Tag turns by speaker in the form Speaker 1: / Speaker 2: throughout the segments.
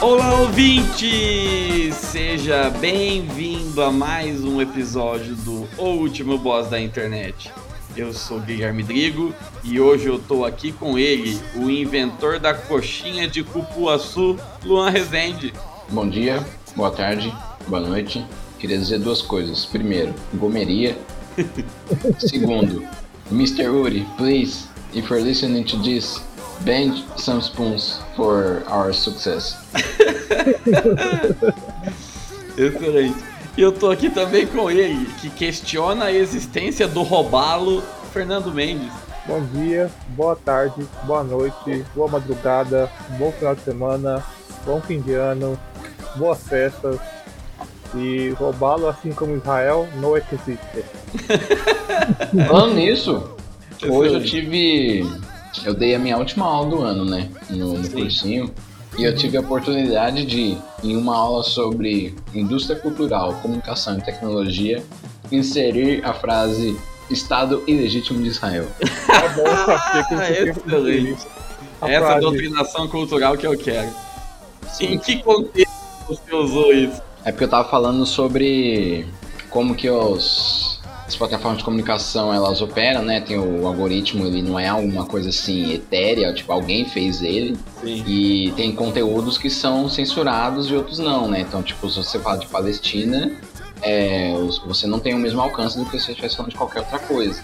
Speaker 1: Olá, ouvinte! Seja bem-vindo a mais um episódio do O Último Boss da Internet. Eu sou Guilherme Drigo e hoje eu tô aqui com ele, o inventor da coxinha de cupuaçu, Luan Rezende.
Speaker 2: Bom dia, boa tarde, boa noite. Queria dizer duas coisas. Primeiro, gomeria. Segundo, Mr. Uri, please, if you're listening to this, bend some spoons for our success.
Speaker 1: Excelente. E eu tô aqui também com ele, que questiona a existência do robalo, Fernando Mendes.
Speaker 3: Bom dia, boa tarde, boa noite, boa madrugada, bom final de semana, bom fim de ano, boas festas. E roubá-lo assim como Israel não existe.
Speaker 2: Falando nisso, hoje eu tive. Eu dei a minha última aula do ano, né? No, no cursinho. E eu tive a oportunidade de, em uma aula sobre indústria cultural, comunicação e tecnologia, inserir a frase Estado ilegítimo de Israel.
Speaker 3: É bom saber que
Speaker 1: Ah,
Speaker 3: você tem que fazer
Speaker 1: excelente.
Speaker 3: isso. A
Speaker 1: Essa
Speaker 3: frase,
Speaker 1: doutrinação cultural que eu quero. Em que contexto você usou isso?
Speaker 2: É porque eu tava falando sobre como que os, as plataformas de comunicação elas operam, né? Tem o algoritmo, ele não é alguma coisa assim etérea, tipo alguém fez ele.
Speaker 1: Sim.
Speaker 2: E tem conteúdos que são censurados e outros não, né? Então, tipo, se você fala de Palestina, é, os- você não tem o mesmo alcance do que se você estivesse falando de qualquer outra coisa.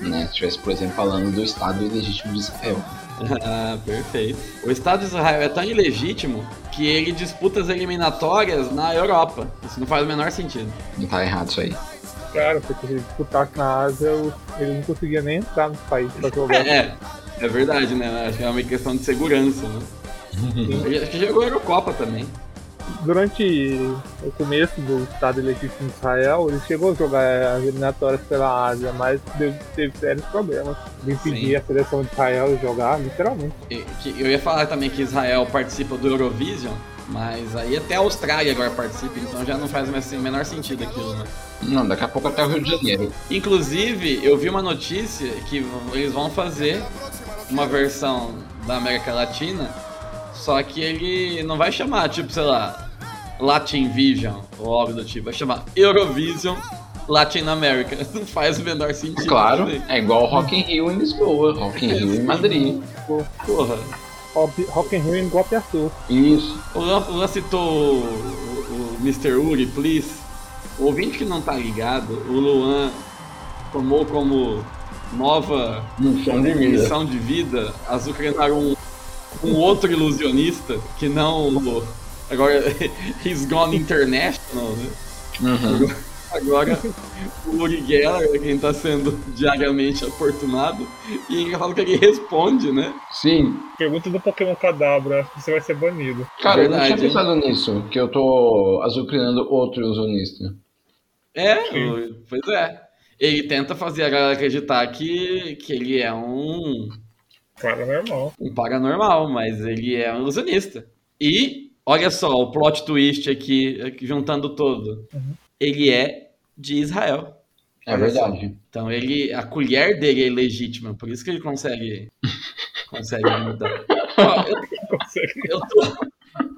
Speaker 2: Né? Se estivesse, por exemplo, falando do Estado ilegítimo de Israel.
Speaker 1: Ah, perfeito. O Estado de Israel é tão ilegítimo que ele disputa as eliminatórias na Europa. Isso não faz o menor sentido.
Speaker 2: Não tá errado isso aí.
Speaker 3: Cara, porque se ele disputasse na Ásia, eu- ele não conseguia nem entrar no país pra jogar.
Speaker 1: É, é verdade, né? Acho que é uma questão de segurança, né? Acho que chegou a Eurocopa também.
Speaker 3: Durante o começo do Estado ilegítimo de Israel, ele chegou a jogar as eliminatórias pela Ásia, mas teve, teve sérios problemas de impedir
Speaker 1: Sim.
Speaker 3: a seleção de Israel de jogar, literalmente.
Speaker 1: E- que- Eu ia falar também que Israel participa do Eurovision, mas aí até a Austrália agora participa, então já não faz mais- o menor sentido aquilo, né?
Speaker 2: Não, daqui a pouco até o Rio de Janeiro.
Speaker 1: Inclusive, eu vi uma notícia que v- eles vão fazer uma versão da América Latina, só que ele não vai chamar, tipo, sei lá, Latin Vision ou algo do tipo, vai chamar Eurovision Latin America. Não faz o menor sentido.
Speaker 2: Claro,
Speaker 1: isso
Speaker 2: é igual Rock in Rio em Lisboa, Rock in Rio em Madrid.
Speaker 1: aí. Porra.
Speaker 3: Ob- Rock in Rio em Guapiaçu.
Speaker 2: Isso.
Speaker 1: O Lan, o Lan citou o, o, o Mr. Uri, please. O ouvinte que não tá ligado, o Luan tomou como nova
Speaker 2: Um som de vida.
Speaker 1: missão de vida, azucrinaram um, um outro ilusionista que não. o- Agora, he's gone international, né?
Speaker 2: Uhum.
Speaker 1: Agora, o Uri Geller é quem tá sendo diariamente afortunado e ele fala que ele responde, né?
Speaker 2: Sim.
Speaker 3: Pergunta do Pokémon Cadabra, você vai ser banido.
Speaker 2: Cara, eu não
Speaker 1: Verdade,
Speaker 2: tinha pensado nisso, que eu tô azucrinando outro ilusionista.
Speaker 1: É, o- pois é. Ele tenta fazer a galera acreditar que, que ele é um,
Speaker 3: Cara, normal.
Speaker 1: um paranormal, mas ele é um ilusionista. E, olha só, o plot twist aqui, aqui juntando todo. Ele é de Israel.
Speaker 2: É
Speaker 1: Olha só.
Speaker 2: verdade.
Speaker 1: Então ele, a colher dele é ilegítima, por isso que ele consegue consegue mudar. Ó, eu, eu tô,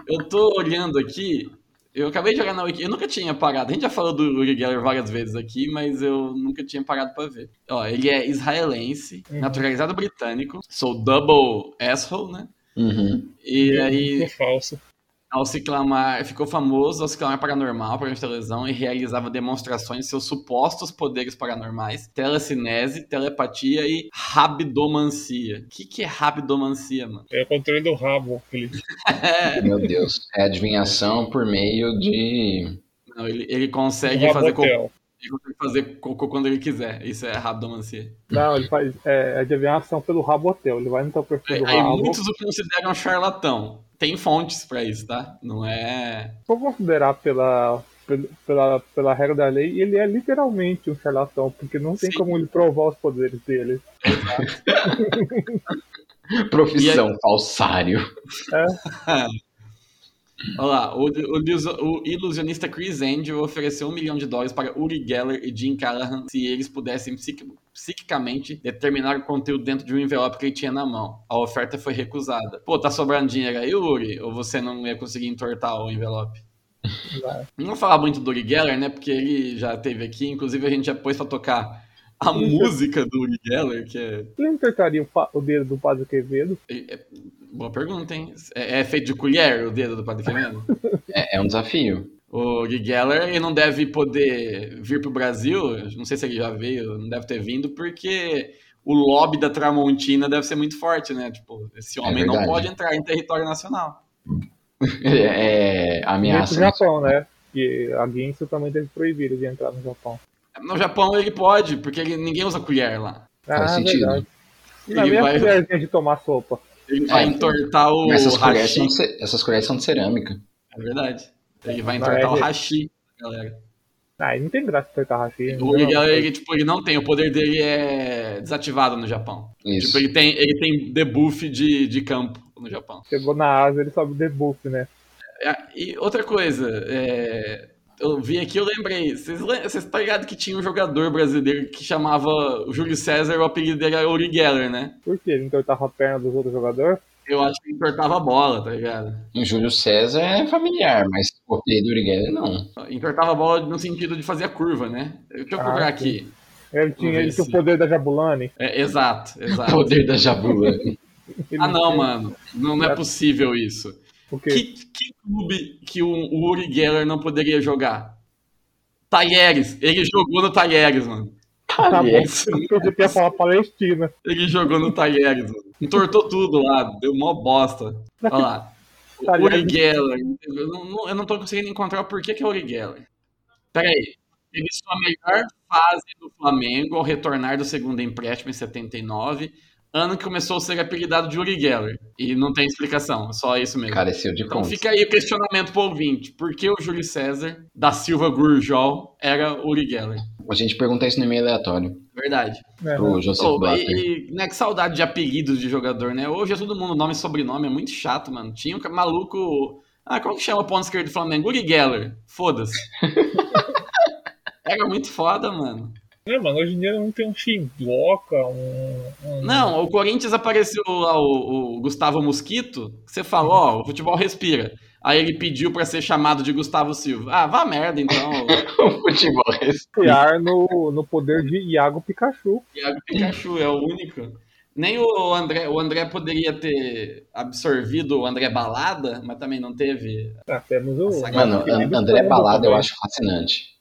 Speaker 1: eu tô olhando aqui, eu acabei de olhar na Wiki, eu nunca tinha parado. A gente já falou do Uri Geller várias vezes aqui, mas eu nunca tinha parado pra ver. Ó, ele é israelense,
Speaker 3: Uhum.
Speaker 1: naturalizado britânico, sou double asshole, né?
Speaker 2: Uhum.
Speaker 1: E aí,
Speaker 3: falso.
Speaker 1: ao se clamar, ficou famoso ao se clamar paranormal, programa de televisão, e realizava demonstrações de seus supostos poderes paranormais, telecinese, telepatia e rabidomancia. O que, que é rabidomancia, mano?
Speaker 3: É o controle do rabo, aquele
Speaker 2: Meu Deus. É adivinhação por meio de.
Speaker 1: Não, ele, ele consegue fazer cocô, ele consegue fazer cocô quando ele quiser. Isso é rabidomancia.
Speaker 3: Não, ele faz é, é de aviação pelo rabo hotel. Ele vai no teu perfil do
Speaker 1: Aí
Speaker 3: rabo.
Speaker 1: muitos o consideram charlatão. Tem fontes pra isso, tá? Não é.
Speaker 3: Vou considerar pela, pela, pela regra da lei, ele é literalmente um charlatão, porque não tem
Speaker 1: Sim.
Speaker 3: como ele provar os poderes dele.
Speaker 2: Profissão, falsário.
Speaker 1: Olha lá, o, o iluso- o ilusionista Chris Angel ofereceu um milhão de dólares para Uri Geller e Jim Callahan se eles pudessem psiqui- psiquicamente determinar o conteúdo dentro de um envelope que ele tinha na mão. A oferta foi recusada. Pô, tá sobrando dinheiro aí, Uri? Ou você não ia conseguir entortar o envelope?
Speaker 3: Vai.
Speaker 1: Não vou falar muito do Uri Geller, né? Porque ele já teve aqui, inclusive a gente já pôs pra tocar a música do Uri Geller, que é
Speaker 3: Ele entortaria o, pa- o dedo do Padre Quevedo?
Speaker 1: É- é- Boa pergunta, hein? É, é feito de colher o dedo do Padre Quevedo?
Speaker 2: É, é um desafio.
Speaker 1: o Gui Geller ele não deve poder vir para o Brasil, não sei se ele já veio, não deve ter vindo, porque o lobby da Tramontina deve ser muito forte, né? Tipo, esse homem não
Speaker 2: É verdade.
Speaker 1: pode entrar em território nacional.
Speaker 2: É, é
Speaker 3: Nem pro
Speaker 2: ameaça.
Speaker 3: Japão, né? E a Guinness também deve proibir ele de entrar no Japão.
Speaker 1: No Japão ele pode, porque ele- ninguém usa colher lá.
Speaker 2: Faz sentido.
Speaker 3: E Ah, na
Speaker 1: né? Ele
Speaker 3: minha
Speaker 1: vai-
Speaker 3: colherzinha de tomar sopa.
Speaker 1: Ele vai
Speaker 2: É.
Speaker 1: entortar o
Speaker 2: Mas essas colheres,
Speaker 1: hashi.
Speaker 2: são, de ce- essas colheres são de cerâmica.
Speaker 1: É verdade. Ele vai
Speaker 3: Mas
Speaker 1: entortar o
Speaker 3: ele-
Speaker 1: hashi, galera.
Speaker 3: Ah, e não tem graça entortar rafinha.
Speaker 1: O Gui Geller, ele, tipo, ele não tem, o poder dele é desativado no Japão.
Speaker 2: Isso.
Speaker 1: Tipo, ele tem, ele tem debuff de, de campo no Japão.
Speaker 3: Chegou na asa, ele sobe debuff, né?
Speaker 1: É, E outra coisa, é, eu vi aqui, eu lembrei. Vocês lem- vocês estão ligados que tinha um jogador brasileiro que chamava o Júlio César, o apelido dele era Uri Geller, né?
Speaker 3: Por quê? Ele entortava a perna dos outros jogadores?
Speaker 1: Eu acho que ele entortava a bola, tá ligado?
Speaker 2: O Júlio César é familiar, mas o Pedro Uriguera não.
Speaker 1: Entortava a bola no sentido de fazer a curva, né? Deixa eu
Speaker 3: Ah,
Speaker 1: procurar
Speaker 3: sim.
Speaker 1: aqui.
Speaker 3: Ele tinha,
Speaker 1: Vamos
Speaker 3: ele
Speaker 1: ver
Speaker 3: tinha o
Speaker 1: se-
Speaker 3: poder da Jabulani.
Speaker 1: É, exato, exato.
Speaker 2: Poder da Jabula.
Speaker 3: Ele
Speaker 1: Ah, não,
Speaker 3: tinha-
Speaker 1: mano. Não, não é possível isso.
Speaker 3: O quê?
Speaker 1: Que, que clube que o, o Uri Geller não poderia jogar? Talheres. Ele jogou no Talheres, mano.
Speaker 3: Tá bom.
Speaker 2: Aliás,
Speaker 3: Eu pensei que ia falar Palestina.
Speaker 1: Ele jogou no Talheres, mano. entortou tudo lá, deu mó bosta. Olha lá.
Speaker 3: Talheres-
Speaker 1: Uri Geller. Eu não- não, eu não tô conseguindo encontrar o porquê que é Uri Geller. Peraí. Teve sua melhor fase do Flamengo ao retornar do segundo empréstimo em 79, ano que começou a ser apelidado de Uri Geller. E não tem explicação, só isso mesmo.
Speaker 2: Careceu de
Speaker 1: então
Speaker 2: conta.
Speaker 1: fica aí o questionamento pro ouvinte. Por que o Júlio César da Silva Gurjol era Uri Geller?
Speaker 2: A gente pergunta isso no e-mail aleatório
Speaker 1: Verdade.
Speaker 3: né?
Speaker 2: pro Joseph
Speaker 1: Pô,
Speaker 2: Blatter.
Speaker 1: Uhum. e, e, né, que saudade de apelidos de jogador, né? Hoje é todo mundo nome e sobrenome, é muito chato, mano. Tinha um ca- maluco. Ah, como que chama o ponto esquerdo do Flamengo? Uri Geller. Foda-se. Era muito foda, mano.
Speaker 3: É, mano, hoje em dia não tem um Shindoka, um. um...
Speaker 1: Não, o Corinthians apareceu lá, o, o Gustavo Mosquito. que Você falou, ó, o futebol respira. Aí ele pediu pra ser chamado de Gustavo Silva. Ah, vá merda, então.
Speaker 2: O futebol é esse.
Speaker 3: Confiar no, no poder de Iago Pikachu.
Speaker 1: Thiago Pikachu é o único. Nem o André, o André poderia ter absorvido o André Balada, mas também não teve.
Speaker 3: Ah, temos o.
Speaker 1: Nossa,
Speaker 2: Mano,
Speaker 3: nosso querido
Speaker 2: An- André
Speaker 3: Pombo
Speaker 2: Balada eu
Speaker 3: também.
Speaker 2: acho fascinante.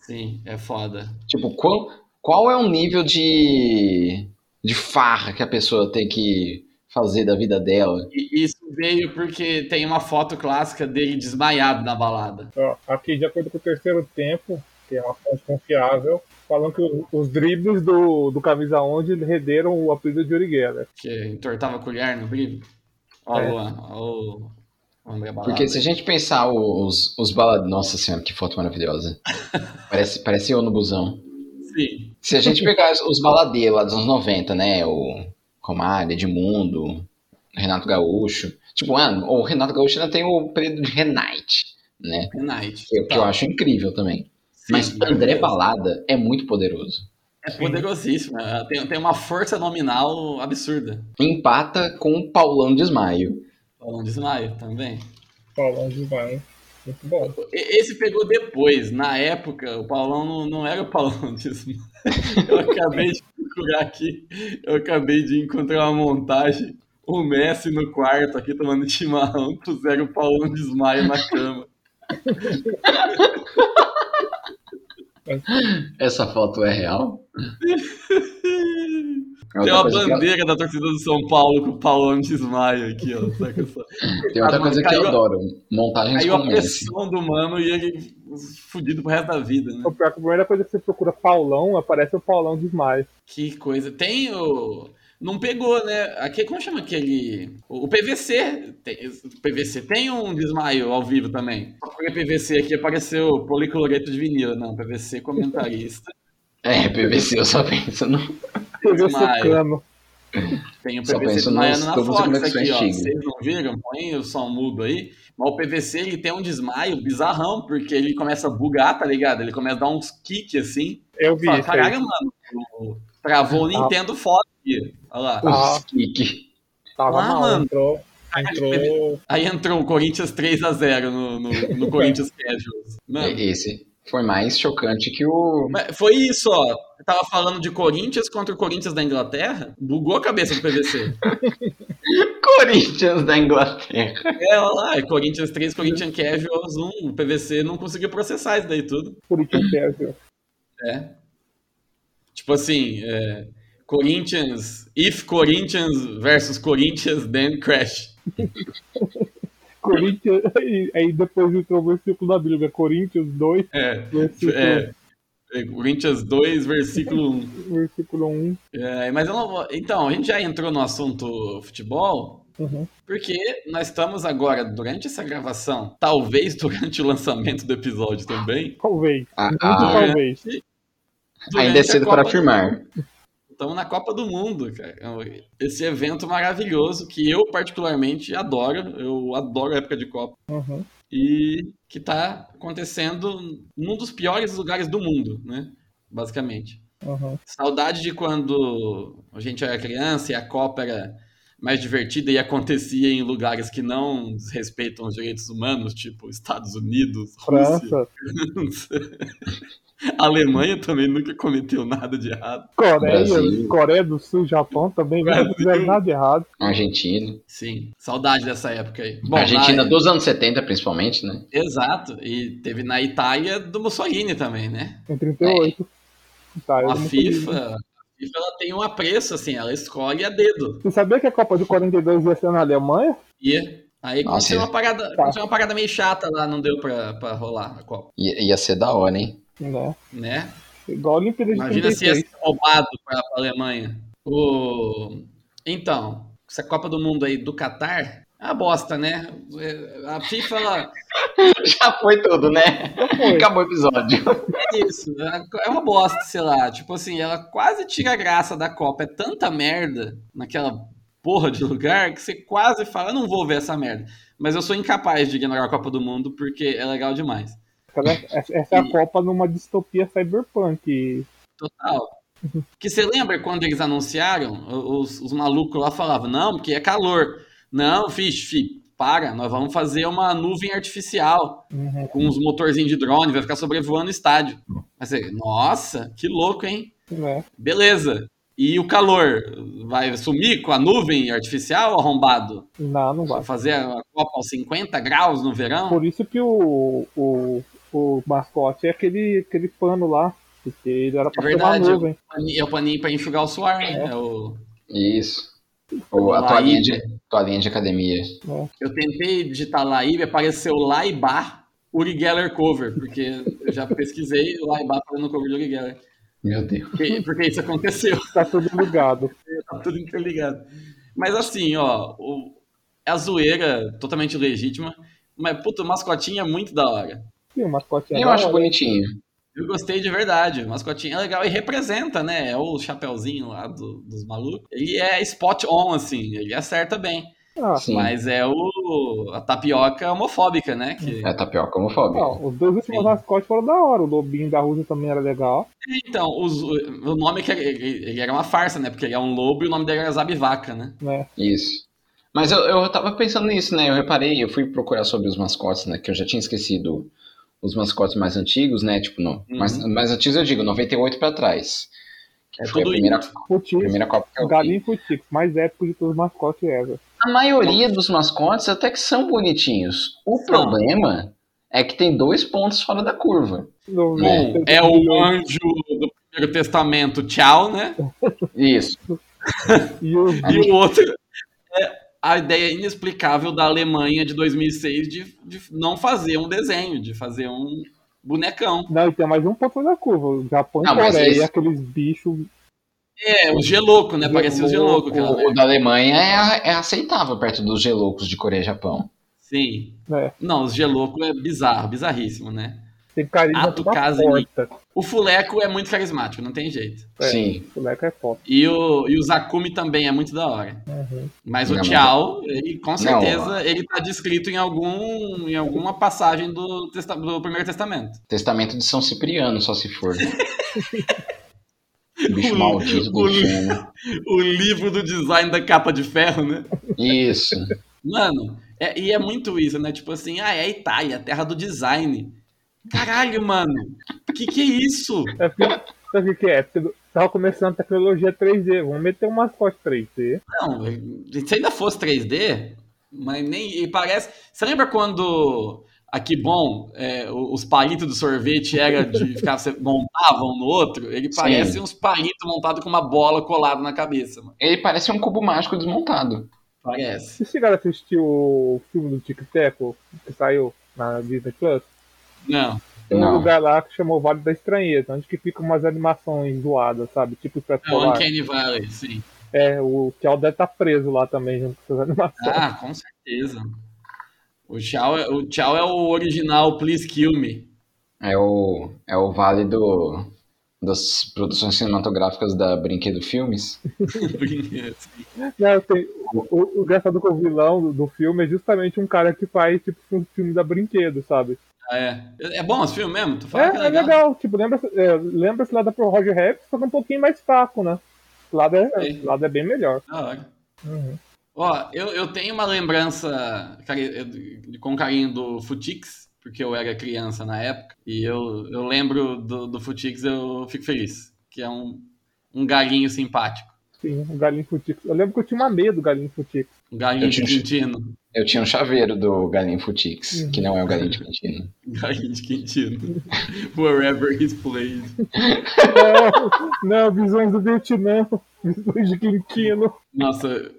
Speaker 1: Sim, é foda.
Speaker 2: Tipo, qual, qual é o nível de, de farra que a pessoa tem que fazer da vida dela?
Speaker 1: E isso veio porque tem uma foto clássica dele desmaiado na balada.
Speaker 3: Ó, aqui, de acordo com o terceiro tempo, que é uma fonte confiável, falando que o- os dribles do, do camisa 11 renderam o apelido de Uriguera.
Speaker 1: Que entortava a colher no brilho. Ó,
Speaker 3: É.
Speaker 1: o Luan, ó o o André Balada.
Speaker 2: Porque se a gente pensar os, os balados. Nossa senhora, que foto maravilhosa. Parece, parece eu no busão.
Speaker 1: Sim,
Speaker 2: Se a gente pegar os- os baladeiros lá dos anos 90, né? O Comário, Edmundo, Renato Gaúcho. Tipo, mano, o Renato Gaúcho ainda tem o período de Renate, né?
Speaker 1: Renate.
Speaker 2: Que, eu- que eu acho incrível também.
Speaker 1: é Tá. Sim,
Speaker 2: Mas André Balada é muito poderoso.
Speaker 1: É poderosíssimo. é, Tem, tem uma força nominal absurda.
Speaker 2: Empata com o Paulão Desmaio.
Speaker 1: Falando de desmaio também.
Speaker 3: Paulão demais. Muito bom.
Speaker 1: E- Esse pegou depois. Na época, o Paulão não, não era o Paulão disso. Eu acabei de procurar aqui. Eu acabei de encontrar uma montagem. O Messi no quarto aqui tomando chimarrão. Puseram o Paulão desmaio na cama.
Speaker 2: Essa foto é real? É
Speaker 1: Tem
Speaker 2: outra
Speaker 1: uma
Speaker 2: coisa que eu-
Speaker 1: bandeira da torcida do São Paulo com o Paulão desmaio aqui, ó. Saca só?
Speaker 2: Tem outra coisa que eu
Speaker 1: Caiu a-
Speaker 2: adoro. Montagens
Speaker 1: Caiu a
Speaker 2: com Messi.
Speaker 1: pressão do mano e ele fudido pro resto da vida, né?
Speaker 3: O pior que a primeira coisa que você procura Paulão, aparece o Paulão demais.
Speaker 1: Que coisa. Tem o. não pegou, né? Aqui, como chama aquele. O PVC. Tem, o PVC tem um desmaio ao vivo também. Porque PVC aqui apareceu policloreto de vinil. né? Não, PVC comentarista.
Speaker 2: É, PVC eu só penso no.
Speaker 1: Desmaio. Tem o
Speaker 2: Só
Speaker 1: PVC
Speaker 2: penso nos
Speaker 1: desmaiando na
Speaker 2: tubos é de
Speaker 1: Fox
Speaker 2: conexão
Speaker 1: aqui, ó.
Speaker 2: antiga.
Speaker 1: Vocês não viram? Põe o som mudo aí. Mas o PVC ele tem um desmaio bizarrão, porque ele começa a bugar, tá ligado? Ele começa a dar uns kicks assim.
Speaker 3: Eu vi
Speaker 1: Fala,
Speaker 3: isso aí.
Speaker 1: Caralho, mano. o- Travou o Nintendo foda aqui. Olha lá.
Speaker 3: Ah.
Speaker 2: Os kick.
Speaker 3: Tava
Speaker 1: Ah,
Speaker 3: mal,
Speaker 1: mano.
Speaker 3: entrou. Entrou.
Speaker 1: Aí entrou o Corinthians 3x0 no, no, no Corinthians Casuals. Mano,
Speaker 2: É, Esse foi mais chocante que o.
Speaker 1: mas foi isso, ó. Eu tava falando de Corinthians contra o Corinthians da Inglaterra, bugou a cabeça do PVC.
Speaker 2: Corinthians da Inglaterra.
Speaker 1: é, olha lá, é Corinthians 3, Corinthians Casuals 1. O PVC não conseguiu processar isso daí tudo.
Speaker 3: Curitiba Sérgio.
Speaker 1: É. Tipo assim, é, Corinthians, if Corinthians versus Corinthians, then crash.
Speaker 3: Corinthians. Aí, aí depois entrou o círculo da Bíblia. Corinthians 2,
Speaker 1: É,
Speaker 3: versículo,
Speaker 1: é, é, Corinthians 2, versículo 1.
Speaker 3: versículo 1.
Speaker 1: É, mas eu não vou. Então, a gente já entrou no assunto futebol,
Speaker 3: Uhum.
Speaker 1: porque nós estamos agora, durante essa gravação, talvez durante o lançamento do episódio também.
Speaker 3: Talvez.
Speaker 2: Ah,
Speaker 3: Muito
Speaker 2: ah,
Speaker 1: é.
Speaker 3: talvez.
Speaker 1: durante
Speaker 2: ainda é
Speaker 1: a
Speaker 2: cedo
Speaker 1: Copa
Speaker 2: para
Speaker 1: do-
Speaker 2: afirmar.
Speaker 1: Estamos na Copa do Mundo, cara. É um, Esse evento maravilhoso que eu, particularmente, adoro. Eu adoro a época de Copa.
Speaker 3: Uhum.
Speaker 1: E que está acontecendo num dos piores lugares do mundo, né? Basicamente.
Speaker 3: Uhum.
Speaker 1: Saudade de quando a gente era criança e a Copa era mais divertida e acontecia em lugares que não respeitam os direitos humanos, tipo Estados Unidos, Rússia,
Speaker 3: França.
Speaker 1: França. A Alemanha também nunca cometeu nada de errado.
Speaker 3: Coreia.
Speaker 2: Brasil.
Speaker 3: Coreia do Sul, Japão também. Não fizeram nada de errado.
Speaker 2: Argentina.
Speaker 1: Sim, saudade dessa época aí. Bom,
Speaker 2: Argentina
Speaker 1: na-
Speaker 2: dos anos 70, principalmente, né?
Speaker 1: Exato, e teve na Itália do Mussolini também, né?
Speaker 3: Em 38. Tá, eu
Speaker 1: É. A
Speaker 3: não
Speaker 1: FIFA, a FIFA ela tem um apreço, assim, ela escolhe a dedo.
Speaker 3: Você sabia que a Copa de 42 ia ser na Alemanha?
Speaker 1: E aí
Speaker 2: Nossa, é
Speaker 1: aconteceu uma, parada, aconteceu uma parada meio chata lá, não deu pra, pra rolar a Copa.
Speaker 2: I- ia ser da hora, hein?
Speaker 3: Né?
Speaker 1: né?
Speaker 3: Igual a Olimpíada de
Speaker 1: Imagina se ia
Speaker 3: 36.
Speaker 1: ser roubado para a Alemanha. O... Então, essa Copa do Mundo aí do Catar é uma bosta, né? É, A FIFA, ela-
Speaker 2: Já foi tudo, né?
Speaker 3: foi.
Speaker 2: Acabou o episódio.
Speaker 1: é isso, ela- é uma bosta, sei lá. Tipo assim, ela quase tira a graça da Copa. É tanta merda naquela porra de lugar que você quase fala, "Eu não vou ver essa merda. Mas eu sou incapaz de ignorar a Copa do Mundo porque é legal demais.
Speaker 3: Cara, essa- Essa é a Copa numa distopia cyberpunk.
Speaker 1: Total. Que você lembra quando eles anunciaram, os, os malucos lá falavam, não, porque é calor. Não, fixe, fi, para, nós vamos fazer uma nuvem artificial
Speaker 3: Uhum.
Speaker 1: com uns motorzinhos de drone, vai ficar sobrevoando o estádio. Mas você, nossa, que louco, hein?
Speaker 3: Né?
Speaker 1: Beleza. E o calor? Vai sumir com a nuvem artificial, arrombado?
Speaker 3: Não, não
Speaker 1: Vai
Speaker 3: vai.
Speaker 1: fazer a Copa aos 50 graus no verão?
Speaker 3: Por isso que o, o, o mascote é aquele, aquele pano lá. Porque ele era pra
Speaker 1: É
Speaker 3: ser uma
Speaker 1: verdade.
Speaker 3: nuvem.
Speaker 1: É o paninho pra enxugar o suor, né? É o...
Speaker 2: Isso. Ou a
Speaker 1: Lá,
Speaker 2: toalhinha
Speaker 1: Ibe.
Speaker 2: de, toalhinha de academia.
Speaker 1: Eu tentei digitar Laíbe, apareceu Laibá Uri Geller cover, porque eu já pesquisei o Laibá fazendo cover do Uri Geller.
Speaker 2: Meu Deus.
Speaker 1: Porque, porque isso aconteceu,
Speaker 3: Tá tudo ligado.
Speaker 1: tá tudo interligado. Mas assim, ó, o- é a zoeira totalmente legítima, mas puta, o mascotinho é muito da hora.
Speaker 3: Sim, o mascote é
Speaker 2: Eu
Speaker 3: da
Speaker 2: acho
Speaker 3: hora.
Speaker 2: bonitinho.
Speaker 1: Eu gostei de verdade, o mascotinho é legal e representa, né? É o chapeuzinho lá do- dos malucos. Ele é spot on, assim, ele acerta bem.
Speaker 3: Ah,
Speaker 2: Sim.
Speaker 1: Mas é o a tapioca homofóbica, né? Que...
Speaker 2: É tapioca homofóbica.
Speaker 3: não, os dois últimos
Speaker 1: Sim.
Speaker 3: mascotes foram da hora. O lobinho da Rússia também era legal.
Speaker 1: Então, os- o nome é que ele, ele- ele era uma farsa, né? Porque ele é um lobo e o nome dele era Zabivaca, né?
Speaker 3: Né?
Speaker 2: Isso. Mas eu, eu tava pensando nisso, né? Eu reparei, eu fui procurar sobre os mascotes, né? Que eu já tinha esquecido os mascotes mais antigos, né? Tipo, não.
Speaker 1: Uhum.
Speaker 2: Mais, mais antigos eu digo, 98 pra trás. Que
Speaker 1: É
Speaker 2: foi a
Speaker 1: tudo
Speaker 2: primeira,
Speaker 1: isso.
Speaker 3: Futix.
Speaker 2: primeira Copa que eu vi.
Speaker 3: Galinho Futix. Mais épico de todos os mascotes ever.
Speaker 2: A maioria dos mascotes até que são bonitinhos. O
Speaker 1: São.
Speaker 2: problema é que tem dois pontos fora da curva.
Speaker 3: Não-
Speaker 1: Um é o anjo do Primeiro Testamento, tchau, né?
Speaker 2: Isso.
Speaker 3: E os
Speaker 1: E o outro é a ideia inexplicável da Alemanha de 2006 de, de não fazer um desenho, de fazer um bonecão.
Speaker 3: Não, e tem mais um ponto na curva. O Japão e
Speaker 2: Não, mas
Speaker 3: Coreia,
Speaker 2: esse-
Speaker 3: aqueles bichos
Speaker 1: É, o Geloco, né? Parecia o Geloco.
Speaker 2: O,
Speaker 1: aquela
Speaker 2: o da Alemanha é, é aceitável perto dos gelocos de Coreia e Japão.
Speaker 1: Sim.
Speaker 3: É.
Speaker 1: Não, o Geloco é bizarro, bizarríssimo, né?
Speaker 3: Tem carisma
Speaker 1: Ah, tu
Speaker 3: da
Speaker 1: casa
Speaker 3: porta.
Speaker 1: O Fuleco é muito carismático, não tem jeito.
Speaker 3: É.
Speaker 2: Sim.
Speaker 3: O moleque é foda.
Speaker 1: E o, e o Zakumi também é muito da hora. Mas o
Speaker 2: Não, mas-
Speaker 1: Tiao, ele, com certeza,
Speaker 2: Não.
Speaker 1: ele tá descrito em, algum, em alguma passagem do, testa- do Primeiro Testamento.
Speaker 2: Testamento de São Cipriano, só se for. Bicho
Speaker 1: O-
Speaker 2: maldito do
Speaker 1: o-
Speaker 2: inferno.
Speaker 1: O livro do design da capa de ferro, né?
Speaker 2: Isso.
Speaker 1: Mano, é- e é muito isso, né? Tipo assim, ah, é a Itália, terra do design. Caralho, mano. Que que é isso?
Speaker 3: É porque, sabe o que é? Porque tava começando a tecnologia 3D. Vamos meter um mascote 3D.
Speaker 1: Não, se ainda fosse 3D, mas nem. E parece. Você lembra quando aqui bom, é, o- os palitos do sorvete era de ficar você montava um no outro? Ele
Speaker 2: Sim.
Speaker 1: parece uns palitos montados com uma bola colada na cabeça, mano.
Speaker 2: Ele parece um cubo mágico desmontado.
Speaker 1: Parece.
Speaker 3: Vocês chegaram a assistir o filme do Tic Teco que saiu na Disney Plus?
Speaker 1: Não.
Speaker 3: Tem um
Speaker 2: Não.
Speaker 3: lugar lá que chamou Vale da Estranheza, onde que ficam umas animações zoadas, sabe? Tipo o
Speaker 1: É o
Speaker 3: Polar.
Speaker 1: Uncanny Valley, sim.
Speaker 3: É, o Tchau deve estar preso lá também, junto com essas animações.
Speaker 1: Ah, com certeza. O tchau, é, o tchau é o original Please Kill Me.
Speaker 2: É o, é o vale do, das produções cinematográficas da Brinquedo Filmes.
Speaker 3: Não, tem- o, o, o engraçado que o vilão do, do filme é justamente um cara que faz, tipo, um filme da brinquedo, sabe?
Speaker 1: Ah, é. é bom esse filme mesmo? Tu fala que
Speaker 3: É, é legal, tipo, lembra, é, lembra esse lado pro Roger Rabbit, só que um pouquinho mais fraco, né? Esse lado é,
Speaker 1: Sim.
Speaker 3: esse lado é bem melhor.
Speaker 1: Da hora.
Speaker 3: Uhum.
Speaker 1: Ó, eu, eu tenho uma lembrança cari- eu- com carinho do Futix, porque eu era criança na época, e eu, eu lembro do, do Futix, eu fico feliz, que é um, um galinho simpático,
Speaker 3: Sim, o Galinho Futix. Eu lembro que eu tinha uma meia do Galinho Futix.
Speaker 1: um galinho
Speaker 2: Eu tinha-
Speaker 1: de Quintino.
Speaker 2: Eu tinha um chaveiro do Galinho Futix,
Speaker 3: Uhum.
Speaker 2: que não é o Galinho de Quintino.
Speaker 1: um Galinho de Quintino. Wherever he's played.
Speaker 3: É, Não, não, visões do Vietnã, visões de Quinquino.
Speaker 1: Nossa,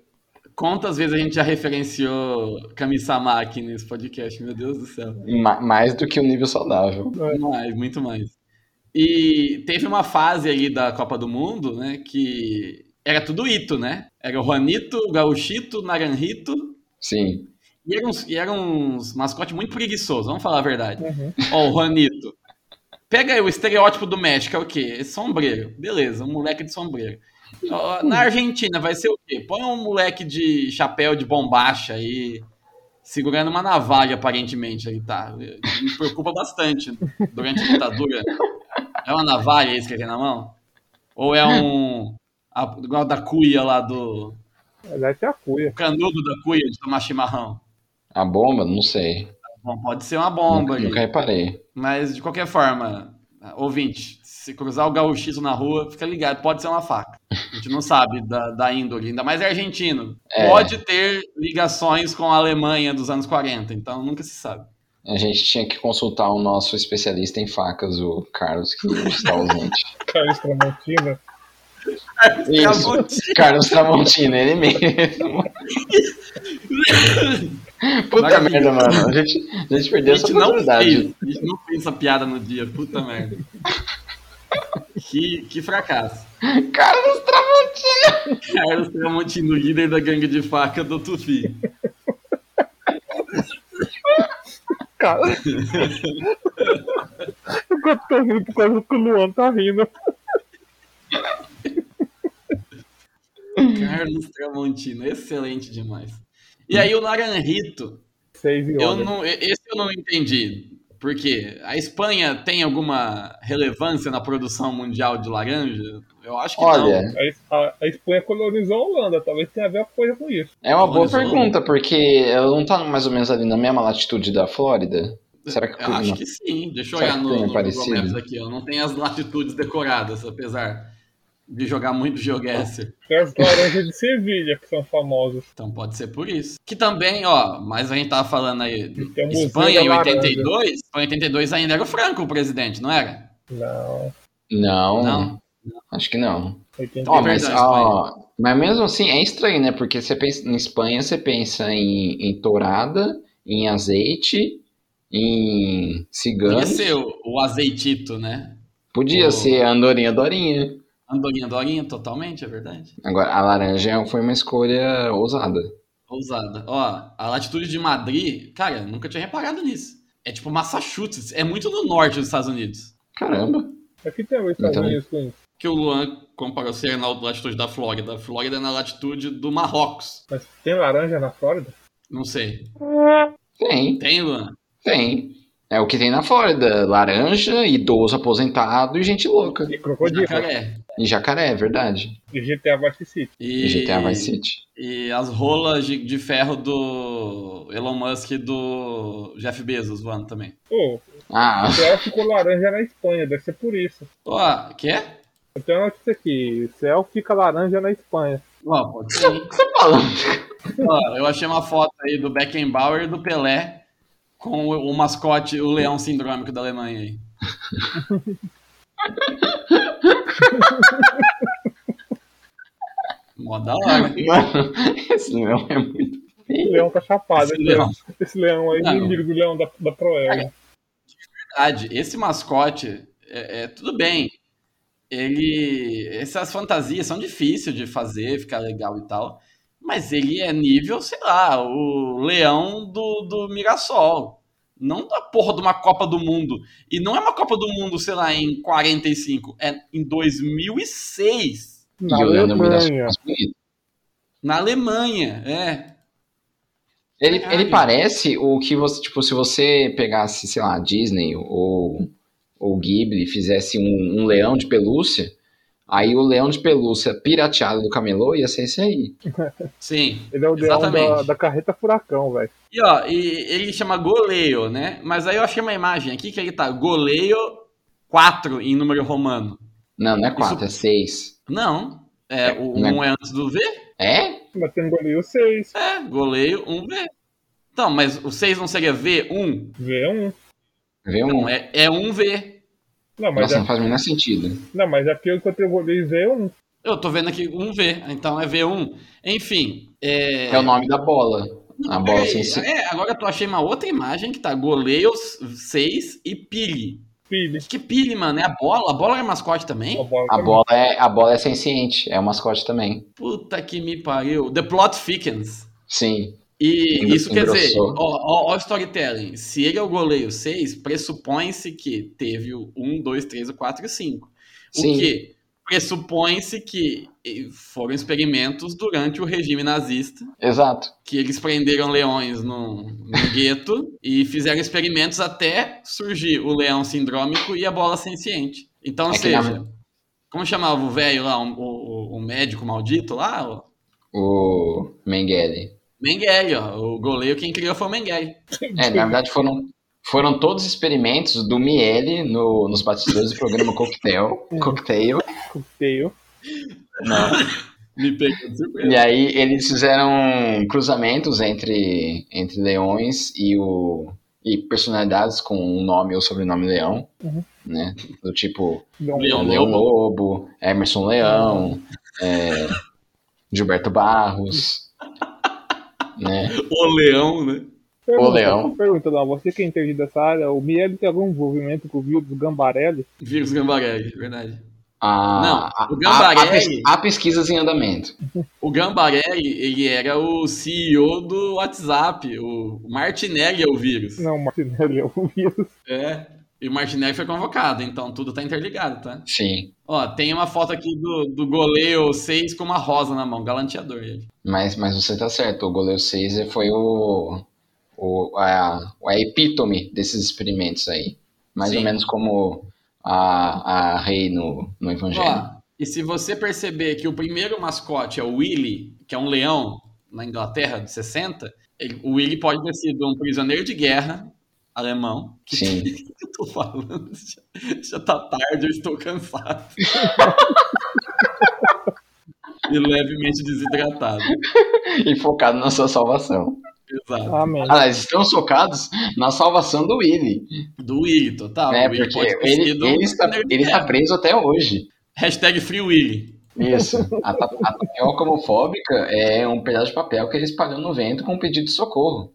Speaker 1: quantas vezes a gente já referenciou Kami-sama aqui nesse podcast, meu Deus do céu.
Speaker 2: Ma- mais do que o nível saudável.
Speaker 1: Mais, muito mais. E teve uma fase ali da Copa do Mundo, né, que era tudo Ito, né? Era o Juanito, o Gauchito, o Naranjito,
Speaker 2: Sim.
Speaker 1: e eram uns, e eram uns mascotes muito preguiçosos, vamos falar a verdade.
Speaker 3: Uhum.
Speaker 1: Ó, o Juanito. Pega aí o estereótipo do México, é o quê? É sombreiro. Beleza, um moleque de sombreiro. Ó, Na Argentina vai ser o quê? Põe um moleque de chapéu de bombacha aí, segurando uma navalha, aparentemente, aí tá. Me preocupa bastante durante a ditadura. É uma navalha isso que ele tem na mão? Ou é um. a- igual da cuia lá do.
Speaker 3: Aliás, é a cuia.
Speaker 1: O canudo da cuia de tomar chimarrão?
Speaker 2: A bomba? Não sei.
Speaker 1: Bom, pode ser uma bomba
Speaker 2: nunca,
Speaker 1: ali.
Speaker 2: nunca reparei.
Speaker 1: Mas, de qualquer forma, ouvinte, se cruzar o gauchismo na rua, fica ligado, pode ser uma faca. A gente não sabe da, da índole, ainda mais é argentino.
Speaker 2: É.
Speaker 1: Pode ter ligações com a Alemanha dos anos 40, então nunca se sabe.
Speaker 2: A gente tinha que consultar o nosso especialista em facas, o Carlos, que está ausente.
Speaker 3: Carlos Tramontina.
Speaker 2: Isso. Carlos Tramontina, ele mesmo. Puta
Speaker 1: Maravilha.
Speaker 2: merda, mano. A gente, a gente
Speaker 1: A
Speaker 2: perdeu essa
Speaker 1: gente, não fez, a
Speaker 2: oportunidade.
Speaker 1: gente não fez essa piada no dia, puta merda. Que, que fracasso.
Speaker 2: Carlos Tramontina!
Speaker 1: Carlos Tramontino, líder da gangue de faca do Tufi.
Speaker 3: Cara. Eu tô rindo por causa que o Luan tá rindo.
Speaker 1: Carlos Tramontino, excelente demais. E aí o Naranjito,
Speaker 3: Seis e
Speaker 1: Eu
Speaker 3: olha.
Speaker 1: não, e- esse eu não entendi. Por quê? A Espanha tem alguma relevância na produção mundial de laranja? Eu acho que não.
Speaker 2: Olha,
Speaker 3: A, Es- a- a Espanha colonizou a Holanda, talvez tenha a ver uma coisa com isso.
Speaker 2: é uma boa
Speaker 1: Olha só.
Speaker 2: pergunta, porque ela não tá mais ou menos ali na mesma latitude da Flórida? Será que.
Speaker 1: Eu acho que sim. Deixa eu
Speaker 2: Será
Speaker 1: olhar
Speaker 2: que
Speaker 1: no,
Speaker 2: tem
Speaker 1: no Google
Speaker 2: parecido?
Speaker 1: Maps aqui. Eu não tenho as latitudes decoradas, apesar de jogar muito GeoGuessr.
Speaker 3: Tem as laranjas de Sevilha que são famosas.
Speaker 1: Então pode ser por isso. Que também, ó, mas a gente tava falando aí.
Speaker 3: Tem o Museu
Speaker 1: Espanha
Speaker 3: da
Speaker 1: em
Speaker 3: Laranja.
Speaker 1: 82? Em 82 ainda era o Franco o presidente, não era?
Speaker 3: Não,
Speaker 2: Não,
Speaker 1: Não.
Speaker 2: Acho que não.
Speaker 3: 82.
Speaker 2: Ó,
Speaker 1: É
Speaker 2: mas,
Speaker 1: verdade,
Speaker 2: ó, mas mesmo assim é estranho, né? Porque você pensa em Espanha, você pensa em, em tourada, em azeite, em
Speaker 1: Podia
Speaker 2: ciganos.
Speaker 1: ser o, o azeitito, né?
Speaker 2: Podia
Speaker 1: O-
Speaker 2: ser a andorinha dorinha.
Speaker 1: Andorinha Dorinha, totalmente, é verdade.
Speaker 2: Agora, a laranja foi uma escolha ousada.
Speaker 1: Ousada. Ó, a latitude de Madrid, cara, eu nunca tinha reparado nisso. É tipo Massachusetts, é muito no norte dos Estados Unidos.
Speaker 2: Caramba.
Speaker 3: Aqui tem os Estados
Speaker 2: Então.
Speaker 3: Unidos com isso.
Speaker 1: Que o Luan comparou ser na latitude da Flórida. A Flórida é na latitude do Marrocos.
Speaker 3: Mas tem laranja na Flórida?
Speaker 1: Não sei.
Speaker 2: Tem,
Speaker 1: Tem, Luan?
Speaker 2: tem. É o que tem na Flórida. Laranja, idoso aposentado e gente louca.
Speaker 3: E crocodilo.
Speaker 1: Jacaré.
Speaker 2: E jacaré, é verdade.
Speaker 3: E GTA Vice City.
Speaker 1: E,
Speaker 2: E GTA Vice City.
Speaker 1: e as rolas de, de ferro do Elon Musk e do Jeff Bezos voando também.
Speaker 3: Pô,
Speaker 2: Ah,
Speaker 3: Céu ficou laranja na Espanha, deve ser por isso.
Speaker 1: Ó, quer?
Speaker 3: Então é isso aqui, Céu fica laranja na Espanha.
Speaker 1: Ó, pode ser. hein?
Speaker 2: tá falando.
Speaker 1: Ó, eu achei uma foto aí do Beckenbauer e do Pelé com o, o mascote, o leão sindrômico da Alemanha aí. Mó da hora.
Speaker 2: Mano, esse leão é muito.
Speaker 3: O leão tá chapado.
Speaker 1: Esse
Speaker 3: Esse,
Speaker 1: leão.
Speaker 3: leão. esse leão aí,
Speaker 1: Não.
Speaker 3: inimigo do leão da, da Proel.
Speaker 1: Verdade, esse mascote, é, é, tudo bem. Ele. Essas fantasias são difíceis de fazer, ficar legal e tal. Mas ele é nível, sei lá, o leão do, do Mirassol. Não da porra de uma Copa do Mundo. E não é uma Copa do Mundo, sei lá, em 45. É em 2006.
Speaker 3: Na
Speaker 2: e o leão é uma das
Speaker 3: Alemanha.
Speaker 2: coisas bonitas.
Speaker 1: Na Alemanha, é.
Speaker 2: Ele,
Speaker 1: Caralho.
Speaker 2: ele parece o que você, tipo, se você pegasse, sei lá, Disney ou, ou Ghibli, fizesse um, um leão de pelúcia, aí o leão de pelúcia pirateado do camelô ia ser esse aí.
Speaker 1: Sim.
Speaker 3: Ele é o leão da,
Speaker 1: Exatamente.
Speaker 3: da carreta furacão, velho.
Speaker 1: E ó, e ele chama goleio, né? Mas aí eu achei uma imagem aqui que ele tá goleio 4 em número romano.
Speaker 2: Não, não é quatro, é seis.
Speaker 1: Não, é o
Speaker 2: Né?
Speaker 1: 1 um é antes do V?
Speaker 2: É?
Speaker 3: Mas tem um goleiro 6,
Speaker 1: É, goleio 1 um V. Então, mas o 6 não seria V1?
Speaker 3: V1.
Speaker 2: Vê um.
Speaker 1: Não, é, é 1 um V.
Speaker 3: Não, mas,
Speaker 2: Nossa, não
Speaker 3: a,
Speaker 2: faz o menor sentido.
Speaker 3: não, mas é aqui eu encontrei o um, goleiro V1.
Speaker 1: Eu tô vendo aqui 1 um V, então é V1. Enfim, é...
Speaker 2: É o nome da bola. A
Speaker 1: Não,
Speaker 2: bola
Speaker 1: peraí.
Speaker 2: sem ser.
Speaker 1: É, agora eu achei uma outra imagem que tá goleio 6 e pile.
Speaker 3: Filho.
Speaker 1: Que pile, mano? É a bola? A bola é mascote também?
Speaker 3: A bola tá
Speaker 2: A
Speaker 3: também.
Speaker 2: bola é, a bola é senciente, é o mascote também.
Speaker 1: Puta que me pariu. The plot thickens.
Speaker 2: Sim.
Speaker 1: E
Speaker 2: Engr-
Speaker 1: isso quer dizer, ó,
Speaker 2: engrossou.
Speaker 1: ó, ó o storytelling. Se ele é o goleiro 6, pressupõe-se que teve o 1, 2, 3, 4 e 5. O
Speaker 2: Sim.
Speaker 1: que pressupõe-se que eh, foram experimentos durante o regime nazista,
Speaker 2: Exato.
Speaker 1: que eles prenderam leões no, no gueto e fizeram experimentos até surgir o leão sindrômico e a bola senciente. Então, ou
Speaker 2: É que
Speaker 1: seja,
Speaker 2: na-
Speaker 1: como chamava o velho lá, o, o- o médico maldito lá, o
Speaker 2: O Mengele.
Speaker 1: Mengele, ó, o goleiro quem criou foi o Mengele.
Speaker 2: É, na verdade foram, foram todos experimentos do Miele no, nos bastidores do programa Coquetel.
Speaker 1: É.
Speaker 2: Cocktail.
Speaker 3: Feio.
Speaker 1: Me pegou de surpresa.
Speaker 2: E aí eles fizeram cruzamentos entre, entre leões e o e personalidades com o nome ou sobrenome leão,
Speaker 3: Uhum.
Speaker 2: né? Do tipo
Speaker 3: Não,
Speaker 1: Leão.
Speaker 2: Leão
Speaker 1: Lobo.
Speaker 2: Lobo, Emerson Leão, é, Gilberto Barros, né?
Speaker 1: O leão, né?
Speaker 3: Pergunta-
Speaker 2: O leão.
Speaker 3: Pergunta lá, você que é entendido dessa área, o Miele tem algum envolvimento com o vírus Gambarelli?
Speaker 1: Vírus Gambarelli, verdade.
Speaker 2: A,
Speaker 1: Não, o é
Speaker 2: a- a- a
Speaker 1: Gambarelli-
Speaker 2: pes- há pesquisas em andamento.
Speaker 1: O Gambarelli, ele era o CEO do WhatsApp. O Martinelli é o vírus.
Speaker 3: Não, Martinelli é o vírus.
Speaker 1: É. E o Martinelli foi convocado, então tudo tá interligado, tá?
Speaker 2: Sim,
Speaker 1: Ó, tem uma foto aqui do, do goleiro 6 com uma rosa na mão, galanteador ele.
Speaker 2: mas, mas você tá certo. O goleiro Caesar foi o, o, a, a epítome desses experimentos aí. Mais
Speaker 1: Sim.
Speaker 2: ou menos como a, a rei no, no Evangelho.
Speaker 1: Ó, e se você perceber que o primeiro mascote é o Willy, que é um leão na Inglaterra de 60, ele- o Willy pode ter sido um prisioneiro de guerra alemão que
Speaker 2: Sim.
Speaker 1: que eu tô falando? Já, já tá tarde, eu estou cansado. e levemente desidratado.
Speaker 2: E focado na sua salvação.
Speaker 1: Exato.
Speaker 3: Amém.
Speaker 2: Ah, eles estão focados na salvação do Willy.
Speaker 1: Do Willy, total.
Speaker 2: né?
Speaker 1: o Willy
Speaker 2: Porque ele, ele, está, ele está preso até
Speaker 1: um
Speaker 2: hoje.
Speaker 1: Hashtag Free Willy.
Speaker 2: Isso. A, ta- a tapioca homofóbica é um pedaço de papel que ele espalhou no vento com um pedido de socorro.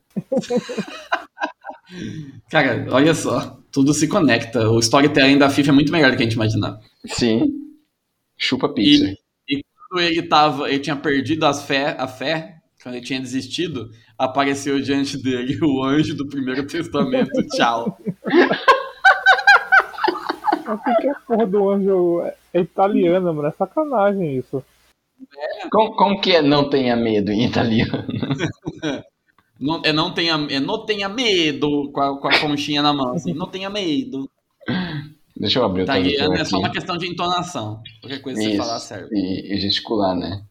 Speaker 1: Cara, olha só. Tudo se conecta. O storytelling da FIFA é muito melhor do que a gente imaginava.
Speaker 2: Sim. Chupa pizza.
Speaker 1: E, e quando ele tava, ele tinha perdido as fé, a fé, quando ele tinha desistido, apareceu diante dele o anjo do primeiro testamento. Tchau.
Speaker 3: Mas por que a porra do anjo é italiana, mano? É sacanagem isso.
Speaker 2: Como, como que é não tenha medo em italiano?
Speaker 1: Não, é, não, tenha, é, não tenha medo com a, com a conchinha na mão. Assim, não tenha medo.
Speaker 2: Deixa eu abrir o
Speaker 1: Italiano
Speaker 2: tradutor
Speaker 1: é só uma
Speaker 2: aqui.
Speaker 1: questão de entonação. Qualquer coisa que você
Speaker 2: Isso,
Speaker 1: falar serve.
Speaker 2: E, e gesticular, né?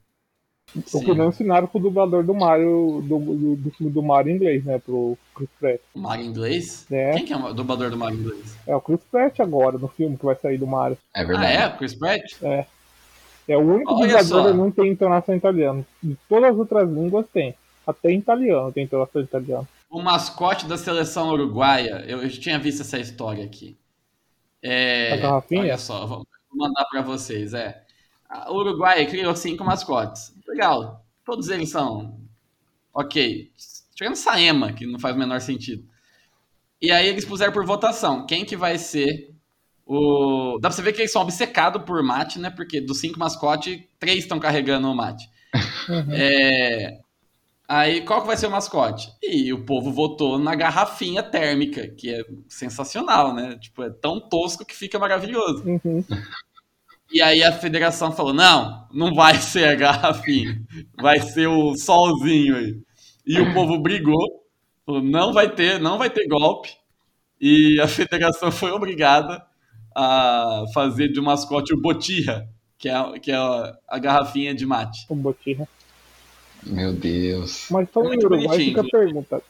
Speaker 3: O que
Speaker 1: Sim.
Speaker 3: não ensinaram pro dublador do Mario, do, do, do filme do Mario em inglês, né? Pro Chris Pratt.
Speaker 1: O Mario Inglês?
Speaker 3: É.
Speaker 1: Quem que é o dublador do Mario Inglês?
Speaker 3: É o Chris Pratt agora, no filme que vai sair do Mario.
Speaker 2: É
Speaker 1: Ah,
Speaker 2: verdade.
Speaker 1: é? O Chris Pratt?
Speaker 3: É o único
Speaker 1: Olha
Speaker 3: dublador
Speaker 1: só.
Speaker 3: que não tem entonação italiana. De todas as outras línguas tem. Até em italiano tem entonação italiana.
Speaker 1: o mascote da seleção uruguaia. Eu, eu tinha visto essa história aqui. É,
Speaker 3: A garrafinha?
Speaker 1: Olha só, vou mandar para vocês. É. A Uruguai criou cinco mascotes. Legal. Todos eles são ok. Tirando Saema, que não faz o menor sentido. E aí eles puseram por votação. Quem que vai ser o... Dá pra você ver que eles são obcecados por mate, né? Porque dos cinco mascotes, três estão carregando o mate. É, Aí, qual que vai ser o mascote? E o povo votou na garrafinha térmica, que é sensacional, né? Tipo, é tão tosco que fica maravilhoso.
Speaker 3: Uhum.
Speaker 1: E aí a federação falou: não, não vai ser a garrafinha, vai ser o solzinho aí. E o povo brigou, falou: não vai ter, não vai ter golpe. E a federação foi obrigada a fazer de mascote o Botirra, que é, a- que é a- a garrafinha de mate.
Speaker 3: O Botirra.
Speaker 1: é?
Speaker 2: Meu Deus.
Speaker 3: Mas falando em
Speaker 1: Muito
Speaker 3: Uruguai,
Speaker 1: bonitinho,
Speaker 3: fica a pergunta.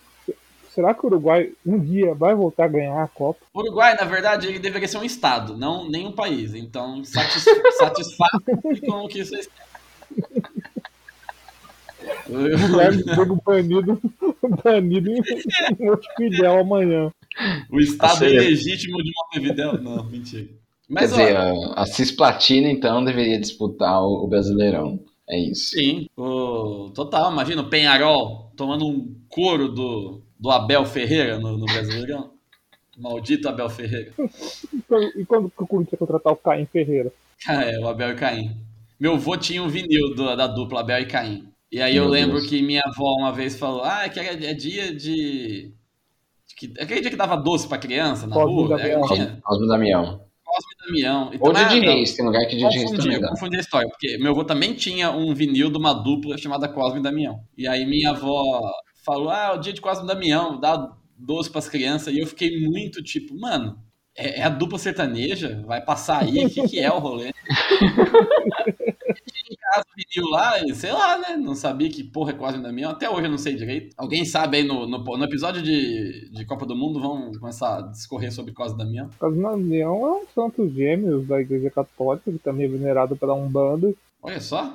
Speaker 3: Será que o Uruguai um dia vai voltar a ganhar a Copa?
Speaker 1: O Uruguai, na verdade, ele deveria ser um estado, não nem um país. Então, satis- satisfaz com o que vocês
Speaker 3: O
Speaker 1: têm.
Speaker 3: Guilherme pega o banido, banido em Montevidéu amanhã.
Speaker 1: O estado
Speaker 2: Achei.
Speaker 1: ilegítimo de Montevideo. Não, mentira. Mas,
Speaker 2: Quer dizer,
Speaker 1: ó,
Speaker 2: a, a Cisplatina, então, deveria disputar o, o Brasileirão. É isso.
Speaker 1: sim. o- total, imagina o Penharol tomando um couro do, do Abel Ferreira no, no Brasileirão. Maldito Abel Ferreira.
Speaker 3: E quando- E quando que o Corinthians contratar o Caim Ferreira?
Speaker 1: Ah, É, o Abel e Caim. Meu avô tinha um vinil do- da dupla Abel e Caim. E aí eu
Speaker 2: Meu
Speaker 1: lembro
Speaker 2: Deus.
Speaker 1: que minha avó uma vez falou: Ah, que era- é dia de. de que- é aquele dia que dava doce pra criança na
Speaker 3: Cosme
Speaker 1: rua,
Speaker 3: Damião.
Speaker 1: era um dia.
Speaker 2: Cosmo Cosmo Damião.
Speaker 1: Cosme e Damião. E
Speaker 2: Ou
Speaker 1: também-
Speaker 2: Didi
Speaker 1: ah, não,
Speaker 2: Reis, tem lugar que Didi Reis
Speaker 1: Confundi,
Speaker 2: também
Speaker 1: eu
Speaker 2: dá.
Speaker 1: confundi a história, porque meu avô também tinha um vinil de uma dupla chamada Cosme e Damião. E aí minha avó falou: Ah, o dia de Cosme e Damião, dá doce pras crianças. E eu fiquei muito tipo, mano, é, é a dupla sertaneja? Vai passar aí? O que, que é o rolê? Tinha em casa o vinil lá, e sei lá, né? Não sabia que porra é Cosme e Damião. Até hoje eu não sei direito. Alguém sabe aí no, no, no episódio de, de Copa do Mundo, vamos começar a discorrer sobre Cosme e Damião.
Speaker 3: Casnanião é um santo gêmeo da Igreja Católica, que também é venerado pela Umbanda.
Speaker 1: Olha só.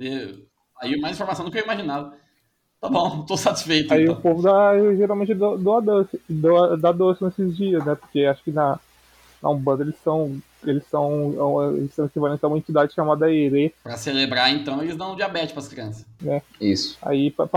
Speaker 1: Eu- Aí mais informação do que eu imaginava. Tá bom, tô satisfeito.
Speaker 3: Aí o
Speaker 1: então.
Speaker 3: povo dá, geralmente do- doa doce, doa, dá doce nesses dias, né? Porque acho que na, na Umbanda eles são, eles são, eles são equivalentes a uma entidade chamada Erê.
Speaker 1: Pra celebrar, então, eles dão diabetes pras crianças.
Speaker 2: Isso.
Speaker 3: Aí para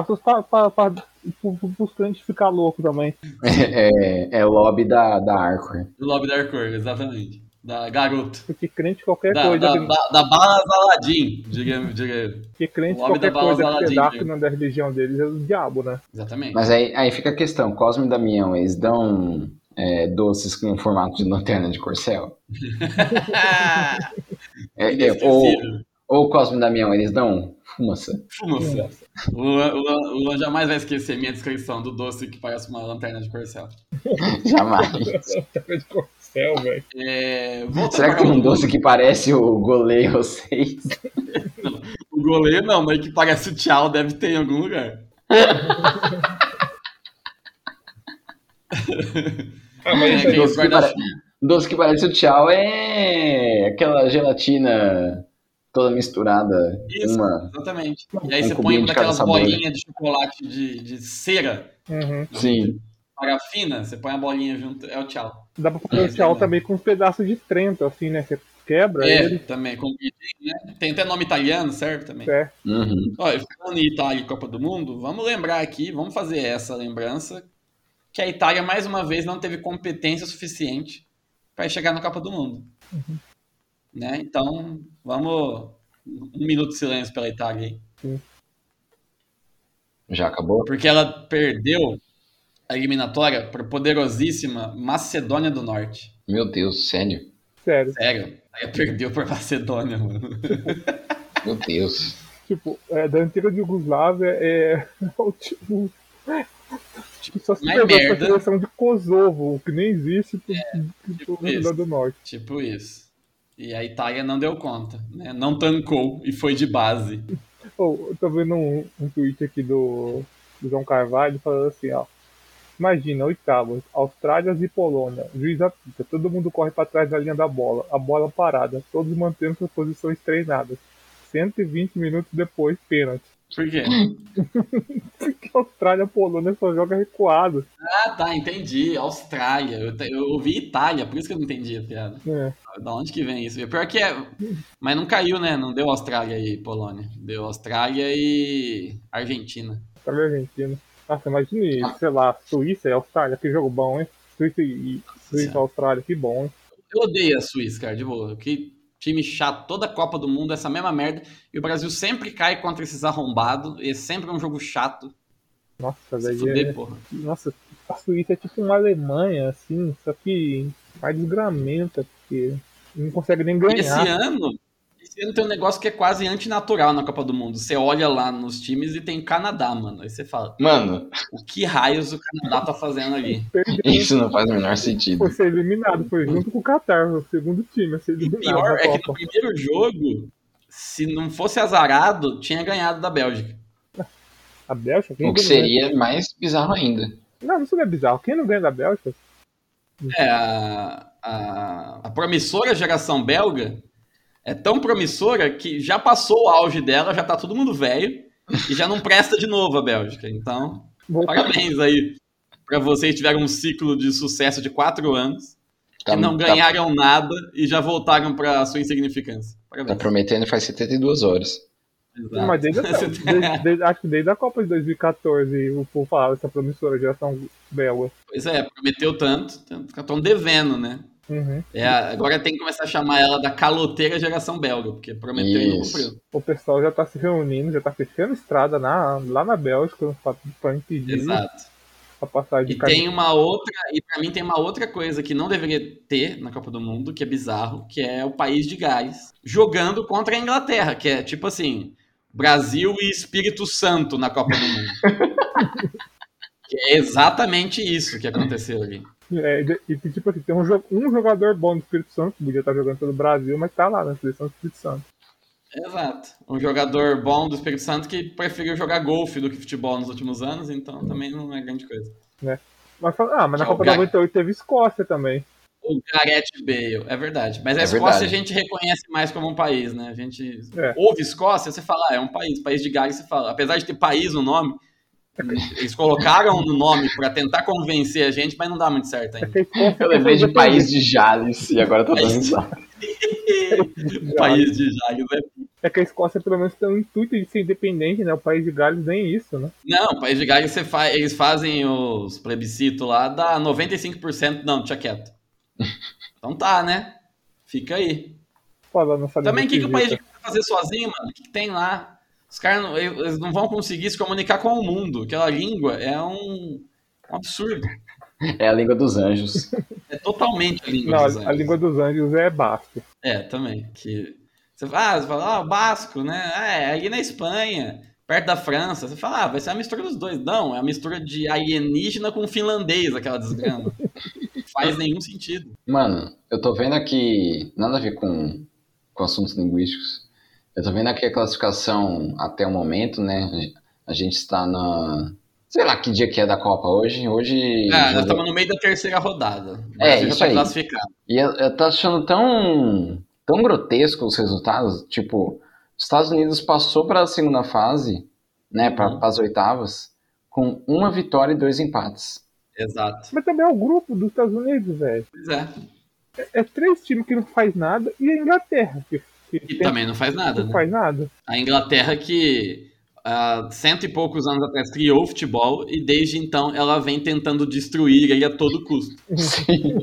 Speaker 3: os crentes ficar louco também.
Speaker 2: É, é, é lobby da, da Arcor.
Speaker 1: Do lobby da Arcor, exatamente. Da garoto.
Speaker 3: Porque crente qualquer
Speaker 1: Da,
Speaker 3: coisa,
Speaker 1: da,
Speaker 3: que-
Speaker 1: da, da bala Aladim, diga, diga.
Speaker 3: porque crente
Speaker 1: o homem
Speaker 3: qualquer
Speaker 1: da bala
Speaker 3: coisa que
Speaker 1: Aladim,
Speaker 3: pedaço
Speaker 1: né?
Speaker 3: que não é da religião deles é o diabo, né?
Speaker 1: Exatamente.
Speaker 2: Mas aí, aí fica a questão, Cosme e Damião, eles dão é, doces com formato de lanterna de corcel? É, é, ou,
Speaker 1: Ah, Inesquecível.
Speaker 2: ou Cosme e Damião, eles dão fumaça?
Speaker 1: Fumaça. O Luan- o Luan- o Luan jamais vai esquecer minha descrição do doce que parece uma lanterna de corcel.
Speaker 2: Jamais.
Speaker 3: de corcel, velho.
Speaker 1: É, voltando
Speaker 2: Será que
Speaker 1: pra
Speaker 2: tem um
Speaker 1: Copa do
Speaker 2: doce que parece o goleiro ou seis?
Speaker 1: O goleiro não, mas que parece o tchau deve ter em algum lugar.
Speaker 3: Ah,
Speaker 1: mas É,
Speaker 2: doce, que
Speaker 1: guarda-
Speaker 2: pare- Um doce que parece o tchau é aquela gelatina toda misturada.
Speaker 1: Isso.
Speaker 2: Uma.
Speaker 1: Exatamente. E aí
Speaker 2: Um
Speaker 1: você põe
Speaker 2: cubinho
Speaker 1: uma
Speaker 2: de cada
Speaker 1: daquelas
Speaker 2: sabor, né?
Speaker 1: bolinhas de chocolate de, de cera,
Speaker 3: Uhum.
Speaker 2: Sim.
Speaker 1: parafina, você põe a bolinha junto, é o tchau.
Speaker 3: Dá pra fazer o tchau também com uns pedaços de trento, assim, né? Você quebra
Speaker 1: É,
Speaker 3: ele.
Speaker 1: também, com né? Tem até nome italiano, serve também.
Speaker 3: É.
Speaker 2: Uhum.
Speaker 1: Olha, falando em Itália e Copa do Mundo, vamos lembrar aqui, vamos fazer essa lembrança, que a Itália,
Speaker 2: Uhum.
Speaker 1: mais uma vez, não teve competência suficiente para chegar na Copa do Mundo. Né? Então, vamos. Um minuto de silêncio pela Itália aí.
Speaker 2: Já acabou?
Speaker 1: Porque ela perdeu a eliminatória para poderosíssima Macedônia do Norte.
Speaker 2: Meu Deus, sério?
Speaker 3: Sério.
Speaker 1: Sério, ela perdeu para Macedônia, mano.
Speaker 2: Meu Deus.
Speaker 3: Tipo, é, da antiga de Yugoslávia é o tipo. Que só se
Speaker 1: Mas
Speaker 3: perdeu pra
Speaker 1: merda.
Speaker 3: seleção de Kosovo, que nem existe pro, pro,
Speaker 1: tipo
Speaker 3: pro Rio
Speaker 1: isso.
Speaker 3: Grande do Norte.
Speaker 1: Tipo isso. E a Itália não deu conta, né? Não tancou e foi de base.
Speaker 3: Ou, eu tô vendo um, um tweet aqui do, do João Carvalho falando assim, ó. Imagina, oitavos, Austrálias e Polônia. Juiz apita, todo mundo corre pra trás da linha da bola, a bola parada, todos mantendo suas posições treinadas. 120 minutos depois, pênalti.
Speaker 1: Por quê?
Speaker 3: Porque a Austrália e a Polônia só joga recuado.
Speaker 1: Ah, tá, entendi. Austrália. Eu, te- eu ouvi Itália, por isso que eu não entendi a piada.
Speaker 3: É.
Speaker 1: Da onde que vem isso? Pior que é. Mas não caiu, né? Não deu Austrália e Polônia. Deu Austrália e Argentina.
Speaker 3: Austrália e Argentina. Nossa,
Speaker 1: Ah.
Speaker 3: imagine, sei lá, Suíça e Austrália, que jogo bom, hein? Suíça e Suíça e Austrália, que bom, hein?
Speaker 1: Eu odeio a Suíça, cara, de boa. Que time chato. Toda a Copa do Mundo, é essa mesma merda. E o Brasil sempre cai contra esses arrombados. E é sempre um jogo chato.
Speaker 3: Nossa,
Speaker 1: Se
Speaker 3: velho. é-
Speaker 1: fuder, porra.
Speaker 3: Nossa, a Suíça é tipo uma Alemanha, assim, só que mais desgramenta, porque não consegue nem
Speaker 1: E assim, é- Esse
Speaker 3: ganhar.
Speaker 1: ano, esse ano tem um negócio que é quase antinatural na Copa do Mundo. Você olha lá nos times e tem Canadá, mano. Aí você fala,
Speaker 2: Mano,
Speaker 1: o que raios o Canadá tá fazendo ali?
Speaker 3: Perdeu,
Speaker 2: isso não faz o menor sentido.
Speaker 3: foi ser eliminado, foi junto com o Qatar, o segundo time a ser
Speaker 1: E
Speaker 3: eliminado
Speaker 1: pior
Speaker 3: na
Speaker 1: é que
Speaker 3: Copa.
Speaker 1: no primeiro jogo, se não fosse azarado, tinha ganhado da Bélgica.
Speaker 3: A Bélgica, quem
Speaker 2: O que
Speaker 3: ganha?
Speaker 2: seria mais bizarro ainda.
Speaker 3: Não, isso não é bizarro. Quem não ganha da Bélgica?
Speaker 1: É, a, a- a promissora geração belga é tão promissora que já passou o auge dela, já tá todo mundo velho e já não presta de novo a Bélgica. Então,
Speaker 3: Voltar
Speaker 1: Parabéns aí pra vocês que tiveram um ciclo de sucesso de quatro anos,
Speaker 2: Tá,
Speaker 1: que não
Speaker 2: tá-
Speaker 1: ganharam nada e já voltaram pra sua insignificância.
Speaker 2: tá
Speaker 1: Parabéns.
Speaker 2: prometendo faz 72 horas.
Speaker 1: Exato.
Speaker 3: Mas desde, a- desde- desde- acho que desde a Copa de 2014 o povo falava essa promissora geração belga.
Speaker 1: Pois é, prometeu tanto, tanto tão devendo, né?
Speaker 3: Uhum.
Speaker 1: É, agora tem que começar a chamar ela da caloteira geração belga, porque prometeu e não
Speaker 2: Isso.
Speaker 1: cumpriu.
Speaker 3: O pessoal já tá se reunindo, já tá fechando estrada na, lá na Bélgica pra, pra impedir
Speaker 1: Exato.
Speaker 3: a passagem
Speaker 1: E
Speaker 3: de carne
Speaker 1: tem uma outra, e pra mim tem uma outra coisa que não deveria ter na Copa do Mundo, que é bizarro, que é o país de Gales jogando contra a Inglaterra, que é tipo assim, Brasil e Espírito Santo na Copa do Mundo. Que é exatamente isso que aconteceu ali.
Speaker 3: É, e, e, tipo assim, tem um, jo- um jogador bom do Espírito Santo, que podia estar jogando pelo Brasil, mas tá lá na seleção do Espírito Santo.
Speaker 1: Exato. Um jogador bom do Espírito Santo que preferiu jogar golfe do que futebol nos últimos anos, então também não é grande coisa.
Speaker 3: Mas fala, ah, mas na
Speaker 1: Tchau,
Speaker 3: Copa
Speaker 1: cara.
Speaker 3: 98 teve Escócia também.
Speaker 1: O Gareth Bale, é verdade. Mas a
Speaker 2: É
Speaker 1: Escócia
Speaker 2: verdade.
Speaker 1: a gente reconhece mais como um país, né? A gente
Speaker 3: É.
Speaker 1: ouve Escócia, você fala, ah, é um país, país de Gales, você fala. Apesar de ter país no nome, eles colocaram no nome pra tentar convencer a gente, mas não dá muito certo ainda.
Speaker 3: Porque a Escócia
Speaker 2: Eu lembrei de
Speaker 3: foi
Speaker 2: país de Jales e agora tá
Speaker 1: Mas-
Speaker 2: dando risada.
Speaker 1: o país de Gales é...
Speaker 3: É que a Escócia pelo menos tem um intuito de ser independente, né? O país de Gales nem isso, né?
Speaker 1: Não, o país de Gales você fa- eles fazem os plebiscitos lá, dá 95%, não, deixa quieto. Então tá, né? Fica aí.
Speaker 3: Falando essa língua
Speaker 1: Também o que, que o país
Speaker 3: esquisita.
Speaker 1: de Gales vai fazer sozinho, mano? O que, que tem lá? Os caras não, eles não vão conseguir se comunicar com o mundo. Aquela língua é um, um absurdo.
Speaker 2: É a língua dos anjos.
Speaker 1: É totalmente a língua
Speaker 3: Não,
Speaker 1: dos
Speaker 3: a, a
Speaker 1: anjos.
Speaker 3: língua dos anjos é basco.
Speaker 1: É, também. Que... Você fala, ah, você fala, ah, o Basco, né? Ah, é ali na Espanha, perto da França. Você fala, ah, vai ser a mistura dos dois. Não, é a mistura de alienígena com finlandês, aquela desgrama. Não Faz nenhum sentido.
Speaker 2: Mano, eu tô vendo aqui. Nada a ver com, com assuntos linguísticos. Eu tô vendo aqui a classificação até o momento, né? A gente está na. Sei lá que dia que é da Copa hoje. Hoje.
Speaker 1: Ah, nós
Speaker 2: jogou-
Speaker 1: estamos no meio da terceira rodada.
Speaker 2: É,
Speaker 1: Você já
Speaker 2: isso
Speaker 1: tá
Speaker 2: aí.
Speaker 1: classificado.
Speaker 2: E eu, eu tô achando tão, tão grotesco os resultados. Tipo, os Estados Unidos passou para a segunda fase, né? Para
Speaker 1: Uhum.
Speaker 2: as oitavas, com uma vitória e dois empates.
Speaker 1: Exato.
Speaker 3: Mas também é o grupo dos Estados Unidos, velho.
Speaker 1: Pois é.
Speaker 3: É três times que não faz nada e a Inglaterra, que, que
Speaker 1: E
Speaker 3: tem-
Speaker 1: também não faz nada,
Speaker 3: não
Speaker 1: né?
Speaker 3: faz nada.
Speaker 1: A Inglaterra que há cento e poucos anos atrás criou o futebol e desde então ela vem tentando destruir ele a todo custo.
Speaker 2: Sim.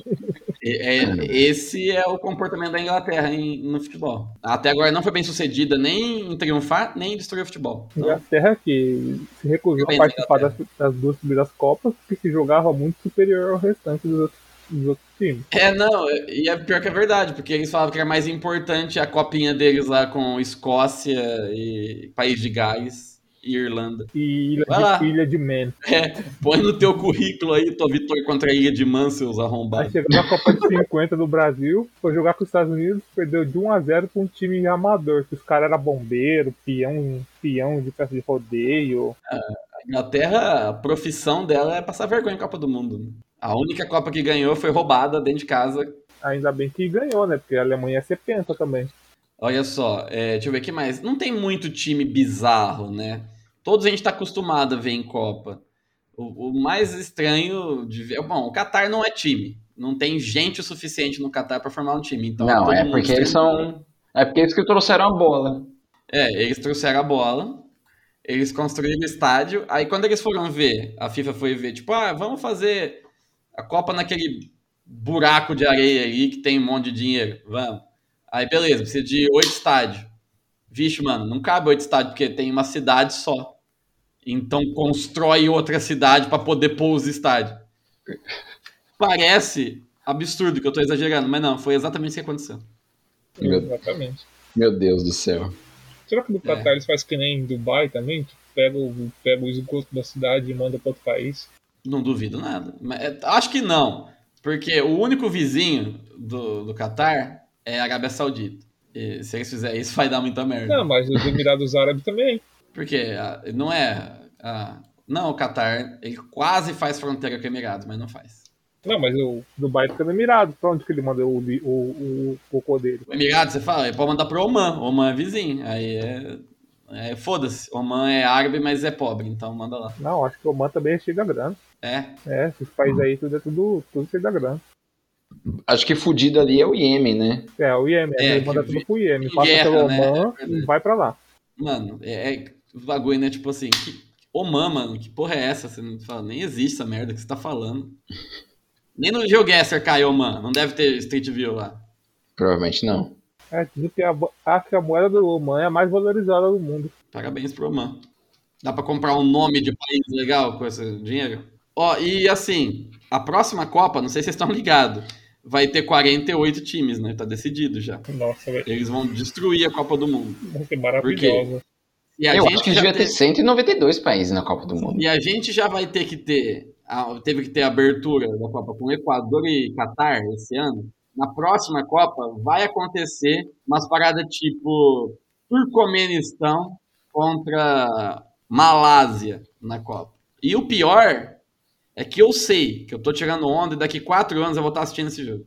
Speaker 1: É, esse é o comportamento da Inglaterra em- no futebol. Até agora não foi bem sucedida nem em triunfar, nem em destruir o futebol. Então,
Speaker 3: Inglaterra que se recusou a
Speaker 1: Bem,
Speaker 3: participar das, das duas primeiras Copas, porque se jogava muito superior ao restante dos, outros- dos outros times.
Speaker 1: É, não, e é pior que é verdade, porque eles falavam que era mais importante a copinha deles lá com Escócia e País de Gales e Irlanda.
Speaker 3: E Ilha,
Speaker 1: Vai lá.
Speaker 3: de, Ilha de Man.
Speaker 1: Põe no teu currículo aí tua vitória contra a Ilha de Man, seus
Speaker 3: Aí
Speaker 1: arrombados.
Speaker 3: chegou na Copa de 50 do Brasil, foi jogar com os Estados Unidos, perdeu de 1x0 pra um time amador, que os caras eram bombeiro, peão, peão de peça de rodeio.
Speaker 1: A Inglaterra, a profissão dela é passar vergonha em Copa do Mundo. né? A única Copa que ganhou foi roubada dentro de casa.
Speaker 3: Ainda bem que ganhou, né? Porque a Alemanha se pensa também.
Speaker 1: Olha só, é, deixa eu ver o que mais. Não tem muito time bizarro, né? Todos a gente tá acostumado a ver em Copa. O, o mais estranho de ver. Bom, o Catar não é time. Não tem gente o suficiente no Catar pra formar um time. Então,
Speaker 2: Não,
Speaker 1: todo
Speaker 2: é
Speaker 1: mundo
Speaker 2: porque eles são. É porque eles que trouxeram a bola.
Speaker 1: É, eles trouxeram a bola, eles construíram o estádio, aí quando eles foram ver, a FIFA foi ver, tipo, ah, vamos fazer a Copa naquele buraco de areia ali que tem um monte de dinheiro, vamos. Aí beleza, precisa de oito estádios. Vixe, mano, não cabe oito estádios porque tem uma cidade só. Então constrói outra cidade para poder pôr os estádios. Parece absurdo que eu tô exagerando, mas não, foi exatamente isso que aconteceu.
Speaker 2: Meu-
Speaker 3: Exatamente.
Speaker 2: Meu Deus do céu.
Speaker 3: Será que no
Speaker 1: É.
Speaker 3: Qatar eles fazem que nem em Dubai também? Tipo, pega o, pega o esgoto da cidade e manda para outro país?
Speaker 1: Não duvido nada. Mas, é, acho que não. Porque o único vizinho do, do Catar é a Arábia Saudita. E se eles fizerem isso, vai dar muita merda.
Speaker 3: Não, mas os Emirados Árabes também.
Speaker 1: Porque a- não é. a- não, o Catar ele quase faz fronteira com o Emirados, mas não faz.
Speaker 3: Não, mas o Dubai fica no Emirados. Pra onde que ele manda o, li- o, o cocô dele?
Speaker 1: O Emirados, você fala, ele pode mandar pro Oman. Oman é vizinho. Aí é. é Foda-se. Oman é árabe, mas é pobre, então manda lá.
Speaker 3: Não, acho que o Oman também chega grana.
Speaker 1: É.
Speaker 3: É, esses países aí tudo é tudo, tudo chega grana.
Speaker 2: Acho que fudido ali é o Iêmen, né?
Speaker 3: É, o Iêmen,
Speaker 1: É,
Speaker 3: ele manda
Speaker 1: que
Speaker 3: tudo
Speaker 1: vi-
Speaker 3: pro Iêmen,
Speaker 1: que
Speaker 3: passa
Speaker 1: guerra,
Speaker 3: pelo
Speaker 1: né?
Speaker 3: Oman
Speaker 1: É verdade.
Speaker 3: e vai pra lá.
Speaker 1: Mano, é, é o bagulho, né? Tipo assim, que, Oman, mano, que porra é essa? Você não fala, nem existe essa merda que você tá falando. Nem no GeoGuessr caiu, mano. Não deve ter Street View lá.
Speaker 2: Provavelmente não.
Speaker 3: É, dizem que a, bo- acho que a moeda do Oman é a mais valorizada do mundo.
Speaker 1: Parabéns pro Oman. Dá pra comprar um nome de país legal com esse dinheiro? Ó, e assim, a próxima Copa, não sei se vocês estão ligados, vai ter 48 times, né? Tá decidido já.
Speaker 3: Nossa, velho,
Speaker 1: Eles vão destruir a Copa do Mundo.
Speaker 3: vai ser
Speaker 1: maravilhosa. E a
Speaker 2: Eu
Speaker 1: gente
Speaker 2: acho que
Speaker 1: já
Speaker 2: devia
Speaker 1: tem-
Speaker 2: ter 192 países na Copa do Mundo.
Speaker 1: E a gente já vai ter que ter, a- teve que ter a abertura da Copa com Equador e Catar esse ano. Na próxima Copa vai acontecer umas paradas tipo Turcomenistão contra Malásia na Copa. E o pior é que eu sei que eu tô tirando onda e daqui quatro anos eu vou estar assistindo esse jogo.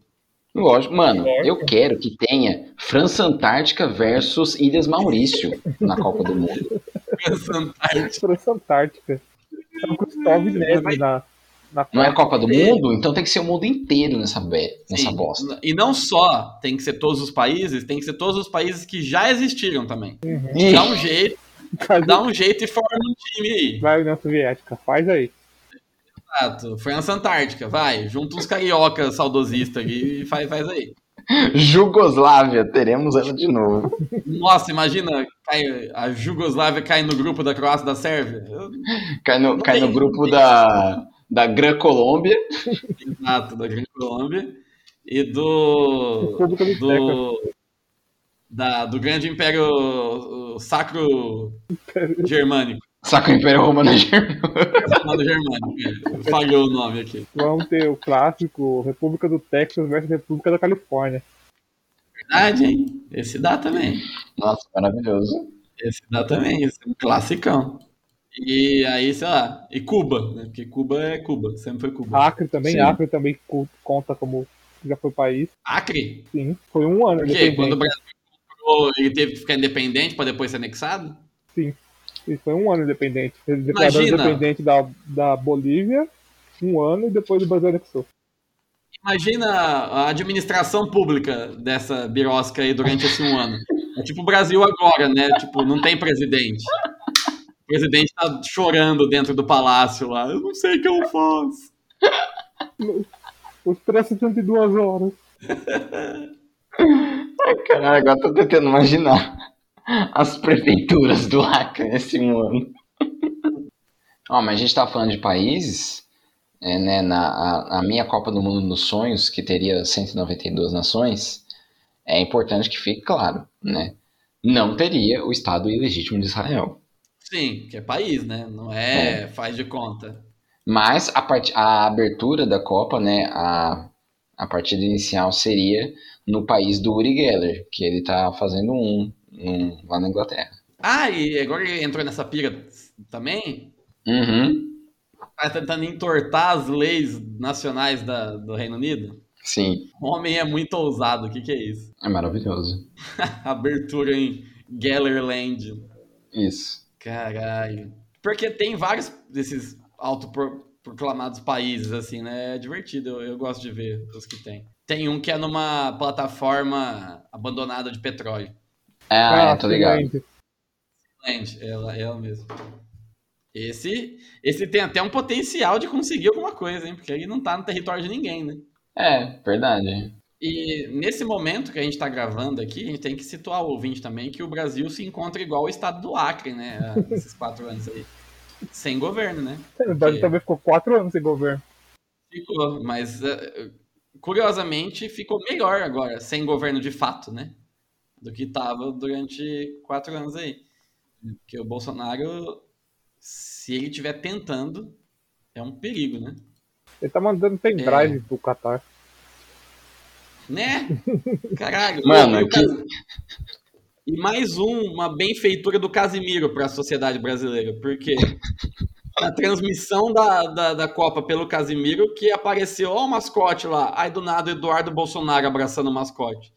Speaker 2: Lógico, mano,
Speaker 3: Lógico.
Speaker 2: eu quero que tenha França Antártica versus Ilhas Maurício na Copa do Mundo.
Speaker 1: Pensando,
Speaker 3: França Antártica. É o Gustavo
Speaker 1: Vai-
Speaker 3: Neve na, na
Speaker 2: Não é Copa do
Speaker 1: É.
Speaker 2: Mundo? Então tem que ser o mundo inteiro nessa, be... nessa
Speaker 1: sim,
Speaker 2: bosta.
Speaker 1: Assim, E não só tem que ser todos os países, tem que ser todos os países que já existiram também.
Speaker 2: Ih,
Speaker 1: Dá um jeito,
Speaker 3: casa
Speaker 1: dá um jeito e forma um time aí.
Speaker 3: da União Soviética. Faz aí.
Speaker 1: Exato. França Antártica, vai. Junta uns carioca saudosistas ali e faz, faz aí.
Speaker 2: Jugoslávia, teremos ela de novo.
Speaker 1: Nossa, imagina cai- a Jugoslávia cai no grupo da Croácia e da Sérvia. Eu-
Speaker 2: Cai no,
Speaker 1: Não
Speaker 2: cai
Speaker 1: tem-
Speaker 2: no grupo da, da Gran Colômbia.
Speaker 1: Exato, da Grande Colômbia. E do.
Speaker 3: República Tcheca.
Speaker 1: do da, do grande império o sacro germânico.
Speaker 2: Saca o Império Romano é Germânico.
Speaker 1: Chamado germânico. é. Falhou o nome aqui.
Speaker 3: Vamos ter o clássico República do Texas versus República da Califórnia.
Speaker 1: Verdade, hein? Esse dá também.
Speaker 2: Nossa, maravilhoso.
Speaker 1: Esse dá também, esse é um classicão. E aí, sei lá, e Cuba, né? Porque Cuba é Cuba, sempre foi Cuba.
Speaker 3: Acre também,
Speaker 2: Sim.
Speaker 3: Acre também co- conta como já foi país.
Speaker 1: Acre?
Speaker 3: Sim, foi um ano
Speaker 1: Porque quando o
Speaker 3: independente.
Speaker 1: Brasil comprou, ele teve que ficar independente para depois ser anexado?
Speaker 3: Ele foi um ano independente. Ele declarou
Speaker 1: Imagina.
Speaker 3: independente da, da Bolívia, um ano e depois o Brasil anexou.
Speaker 1: Imagina a administração pública dessa birosca aí durante esse um ano. É tipo o Brasil agora, né? Tipo, não tem presidente. O presidente tá chorando dentro do palácio lá. Eu não sei o que eu faço.
Speaker 3: Os trânsitos de duas horas.
Speaker 2: Ai, caralho, agora eu tô tentando imaginar as prefeituras do Acre nesse um ano. Ó, mas a gente tá falando de países, é, né, na a, a minha Copa do Mundo dos Sonhos, que teria 192 nações, é importante que fique claro, né? Não teria o Estado ilegítimo de Israel.
Speaker 1: Sim, que é país, né? Não é, faz de conta.
Speaker 2: Mas a, part... a abertura da Copa, né, a, a partida inicial seria no país do Uri Geller, que ele tá fazendo um, um lá na Inglaterra.
Speaker 1: Ah, e agora ele entrou nessa pira também?
Speaker 2: Uhum.
Speaker 1: Tá tentando entortar as leis nacionais da, do Reino Unido?
Speaker 2: Sim,
Speaker 1: O homem é muito ousado, o que, que é isso?
Speaker 2: é maravilhoso.
Speaker 1: Abertura em Gellerland.
Speaker 2: Isso.
Speaker 1: Caralho. Porque tem vários desses autoproclamados países, assim, né? É divertido, eu, eu gosto de ver os que tem. Tem um que é numa plataforma abandonada de petróleo.
Speaker 2: Ah, é, tô ligado.
Speaker 3: excelente.
Speaker 1: Gente, ela, ela mesmo. Esse, esse tem até um potencial de conseguir alguma coisa, hein? Porque ele não tá no território de ninguém, né?
Speaker 2: É, verdade.
Speaker 1: E nesse momento que a gente está gravando aqui, a gente tem que situar o ouvinte também que o Brasil se encontra igual o estado do Acre, né? há Esses quatro anos aí. Sem governo, né?
Speaker 3: O Brasil também ficou quatro anos sem governo.
Speaker 1: Ficou, mas eh, curiosamente ficou melhor agora, sem governo de fato, né? Do que estava durante quatro anos aí. Porque o Bolsonaro, se ele estiver tentando, é um perigo, né?
Speaker 3: Ele tá mandando
Speaker 2: É.
Speaker 3: pendrive pro Qatar.
Speaker 1: Né? Caralho.
Speaker 2: Mano,
Speaker 1: e, o
Speaker 2: aqui-
Speaker 1: Cas- e mais um, uma benfeitura do Casimiro para a sociedade brasileira, porque na transmissão da, da, da Copa pelo Casimiro que apareceu, ó, o mascote lá, aí do nada o Eduardo Bolsonaro abraçando o mascote.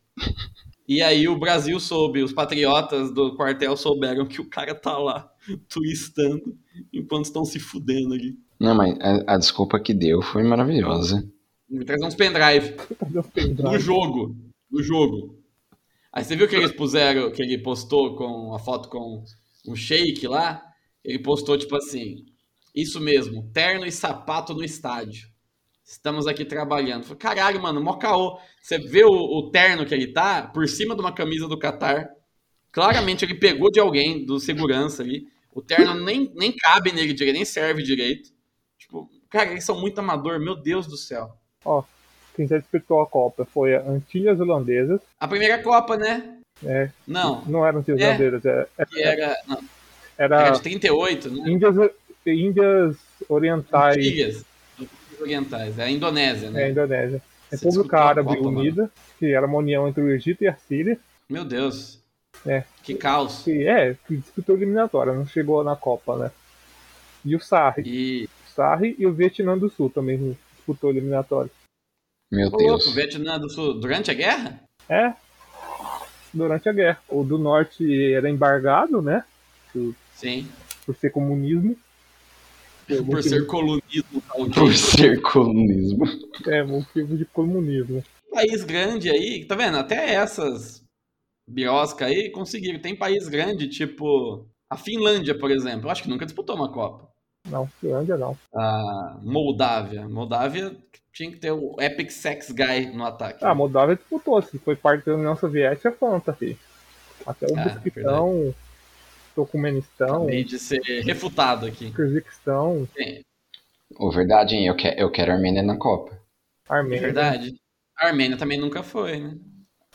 Speaker 1: E aí o Brasil soube, os patriotas do quartel souberam que o cara tá lá turistando enquanto estão se fudendo ali.
Speaker 2: Não, mas a, a desculpa que deu foi maravilhosa.
Speaker 1: Me Traz uns pendrive.
Speaker 3: Cadê o
Speaker 1: No
Speaker 3: pendrive?
Speaker 1: jogo. No jogo. Aí você viu que eles puseram, que ele postou com a foto com um shake lá? Ele postou tipo assim: Isso mesmo, terno e sapato no estádio. Estamos aqui trabalhando. Falei, Caralho, mano, mó caô. Você vê o, o terno que ele tá por cima de uma camisa do Qatar. Claramente ele pegou de alguém, do segurança ali. O terno nem, nem cabe nele direito, nem serve direito. Tipo, cara, eles são muito amador, meu Deus do céu.
Speaker 3: Quem já disputou a Copa foi a Antilhas Holandesas.
Speaker 1: A primeira Copa, né?
Speaker 3: É.
Speaker 1: Não,
Speaker 3: Não eram Antilhas
Speaker 1: É.
Speaker 3: Holandesas, era,
Speaker 1: que era, não, era
Speaker 3: era
Speaker 1: de 38, né?
Speaker 3: Índias, Índias Orientais
Speaker 1: Ilhas Ilhas orientais, é a Indonésia,
Speaker 3: é,
Speaker 1: né?
Speaker 3: Indonésia.
Speaker 1: Você
Speaker 3: República
Speaker 1: disputou a
Speaker 3: Árabe
Speaker 1: Copa, né? mano.
Speaker 3: Unida, que era uma união entre o Egito e a Síria,
Speaker 1: Meu Deus.
Speaker 3: É.
Speaker 1: Que caos.
Speaker 3: que é, que disputou eliminatória, não chegou na Copa, né? E o Sarri.
Speaker 1: E,
Speaker 3: O Sarri e o Vietnã do Sul também disputou eliminatória.
Speaker 2: Meu
Speaker 1: ô
Speaker 2: Deus.
Speaker 1: louco, o Vietnã do Sul, durante a guerra?
Speaker 3: É, durante a guerra. O do Norte era embargado, né?
Speaker 1: Sim.
Speaker 3: Por ser comunismo.
Speaker 1: Por ser colonismo. um saudita.
Speaker 2: Por ser comunismo.
Speaker 3: É, motivo de comunismo.
Speaker 1: país grande aí, tá vendo? Até essas biosca aí conseguiram. Tem país grande, tipo a Finlândia, por exemplo. Eu acho que nunca disputou uma Copa.
Speaker 3: Não, Finlândia não.
Speaker 1: A Moldávia. Moldávia tinha que ter o Epic Sex Guy no ataque.
Speaker 3: Ah, a Moldávia disputou, assim, foi parte da União Soviética Fanta, filho. Até o
Speaker 1: Ah,
Speaker 3: Uzbequistão, Turcomenistão,
Speaker 1: Acabei de ser refutado aqui.
Speaker 3: Kirguistão,
Speaker 2: Ô, verdade, hein? Eu, que, eu quero a Armênia na Copa.
Speaker 1: É
Speaker 3: Armênia.
Speaker 1: verdade. A Armênia também nunca foi, né?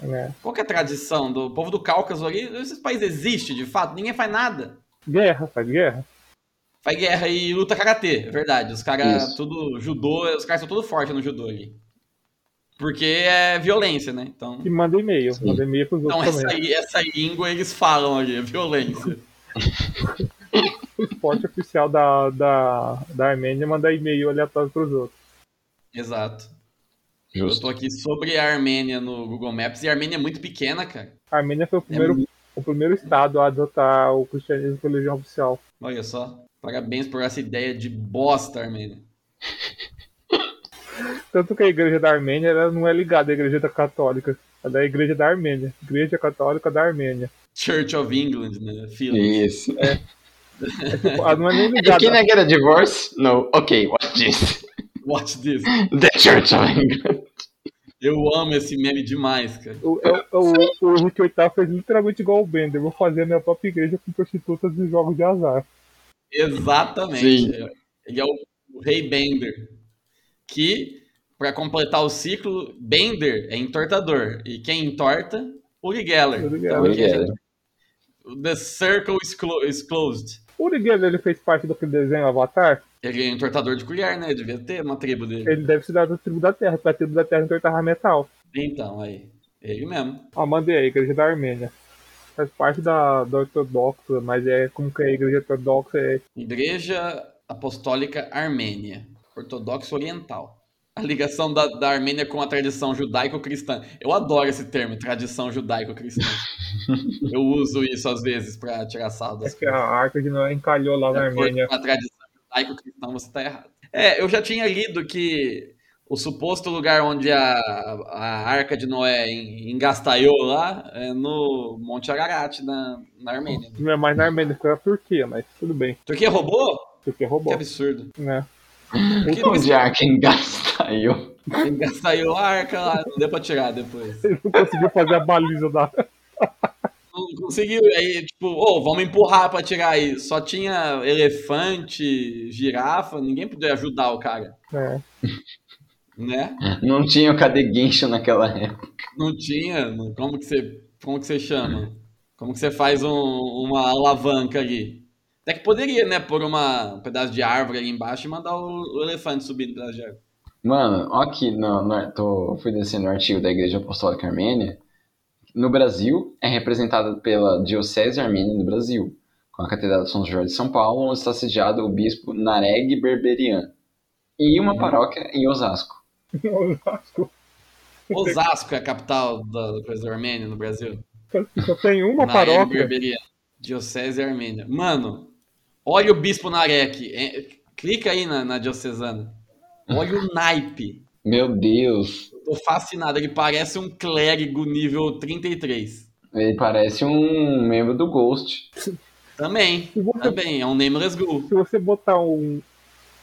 Speaker 3: né?
Speaker 1: Qual que é a tradição do povo do Cáucaso ali? Esses países existem, de fato, ninguém faz nada.
Speaker 3: Guerra, faz guerra.
Speaker 1: Faz guerra e luta karatê, é verdade. Os caras
Speaker 2: Isso.
Speaker 1: tudo judô, os caras são tudo fortes no judô ali. Porque é violência, né? Então,
Speaker 3: E manda e-mail,
Speaker 2: Sim.
Speaker 3: manda e-mail pros
Speaker 1: então
Speaker 3: outros
Speaker 1: essa,
Speaker 3: também.
Speaker 1: aí- essa língua eles falam ali, é violência.
Speaker 3: O esporte oficial da, da, da Armênia é mandar e-mail aleatório pros outros.
Speaker 1: Exato. Eu
Speaker 2: Justo.
Speaker 1: tô aqui sobre a Armênia no Google Maps e a Armênia é muito pequena, cara.
Speaker 3: A Armênia foi o primeiro, o primeiro estado a adotar o cristianismo como religião oficial.
Speaker 1: Olha só. Parabéns por essa ideia de bosta, Armênia.
Speaker 3: Tanto que a igreja da Armênia ela não é ligada à igreja da católica. Ela é a igreja da Armênia. Igreja Católica da Armênia.
Speaker 1: Church of England, né? Filho.
Speaker 2: Isso.
Speaker 3: Ela não é nem
Speaker 2: Hey,
Speaker 3: ligada.
Speaker 2: né? can I get a divorce? No. Ok, watch this.
Speaker 1: Watch this.
Speaker 2: The Church of England.
Speaker 1: Eu amo esse meme demais, cara.
Speaker 3: O, eu, eu- o Rick Oitá fez literalmente igual o Bender. Eu vou fazer a minha própria igreja com prostitutas e jogos de azar.
Speaker 1: Exatamente. Ele é o, o rei Bender. Que, pra completar o ciclo, Bender é entortador. E quem entorta? Uri Geller.
Speaker 3: Uri
Speaker 1: Então,
Speaker 3: Geller.
Speaker 1: aqui a gente- The Circle is, clo- is Closed.
Speaker 3: O Niguel, ele fez parte daquele desenho Avatar.
Speaker 1: Ele é entortador de colher, né? Devia ter uma tribo dele.
Speaker 3: Ele deve se dar da tribo da Terra, porque a tribo da Terra entortava metal.
Speaker 1: Então, aí. Ele mesmo.
Speaker 3: Ah, mandei a igreja da Armênia. Faz parte da, da ortodoxa, mas é como que é a igreja ortodoxa é
Speaker 1: Igreja Apostólica Armênia. Ortodoxo Oriental. A ligação da, da Armênia com a tradição judaico-cristã. Eu adoro esse termo, tradição judaico-cristã. Eu uso isso às vezes pra tirar sal das
Speaker 3: que a arca de Noé encalhou lá na
Speaker 1: Se for
Speaker 3: É Armênia.
Speaker 1: uma tradição judaico-cristã, você está errado. É, eu já tinha lido que o suposto lugar onde a, a Arca de Noé en- engastaiou lá é no Monte Ararat, na, na Armênia.
Speaker 3: Não é mais na Armênia, foi na Turquia, mas tudo bem.
Speaker 1: Turquia roubou?
Speaker 3: Turquia
Speaker 1: Que
Speaker 3: roubou,
Speaker 1: absurdo.
Speaker 3: né?
Speaker 1: Que
Speaker 2: Onde a Arken Gastaiu.
Speaker 1: engastaiou a Arca lá, não deu pra tirar depois.
Speaker 3: Ele não conseguiu fazer a baliza da.
Speaker 1: Não conseguiu, aí tipo, ô, vamos empurrar pra tirar aí. Só tinha elefante, girafa, ninguém podia ajudar o cara,
Speaker 3: É.
Speaker 1: né?
Speaker 2: Não tinha o Cadê Guincho naquela época.
Speaker 1: Não tinha, mano. Como que você, como que você chama? Como que você faz um- uma alavanca ali? Até que poderia, né? Pôr uma, um pedaço de árvore ali embaixo e mandar o, o elefante subir no pedaço de árvore.
Speaker 2: Mano, ó aqui, no, no, tô, fui descendo o artigo da Igreja Apostólica Armênia. No Brasil, é representada pela Diocese Armênia do Brasil, com a Catedral de São Jorge de São Paulo, onde está sediado o bispo Nareg Berberian, e uma paróquia em Osasco.
Speaker 3: Osasco.
Speaker 1: Osasco é a capital da coisa da Armênia no Brasil.
Speaker 3: Só tem uma
Speaker 1: Na
Speaker 3: paróquia.
Speaker 1: Berberia, Diocese Armênia. Mano, olha o bispo Narek. É, clica aí na, na diocesana. Olha o naipe.
Speaker 2: Meu Deus,
Speaker 1: Tô fascinado. Ele parece um clérigo nível 33.
Speaker 2: ele parece um membro do Ghost.
Speaker 1: Também,
Speaker 3: Se você,
Speaker 1: também, é um Nameless Ghoul.
Speaker 3: se você botar um,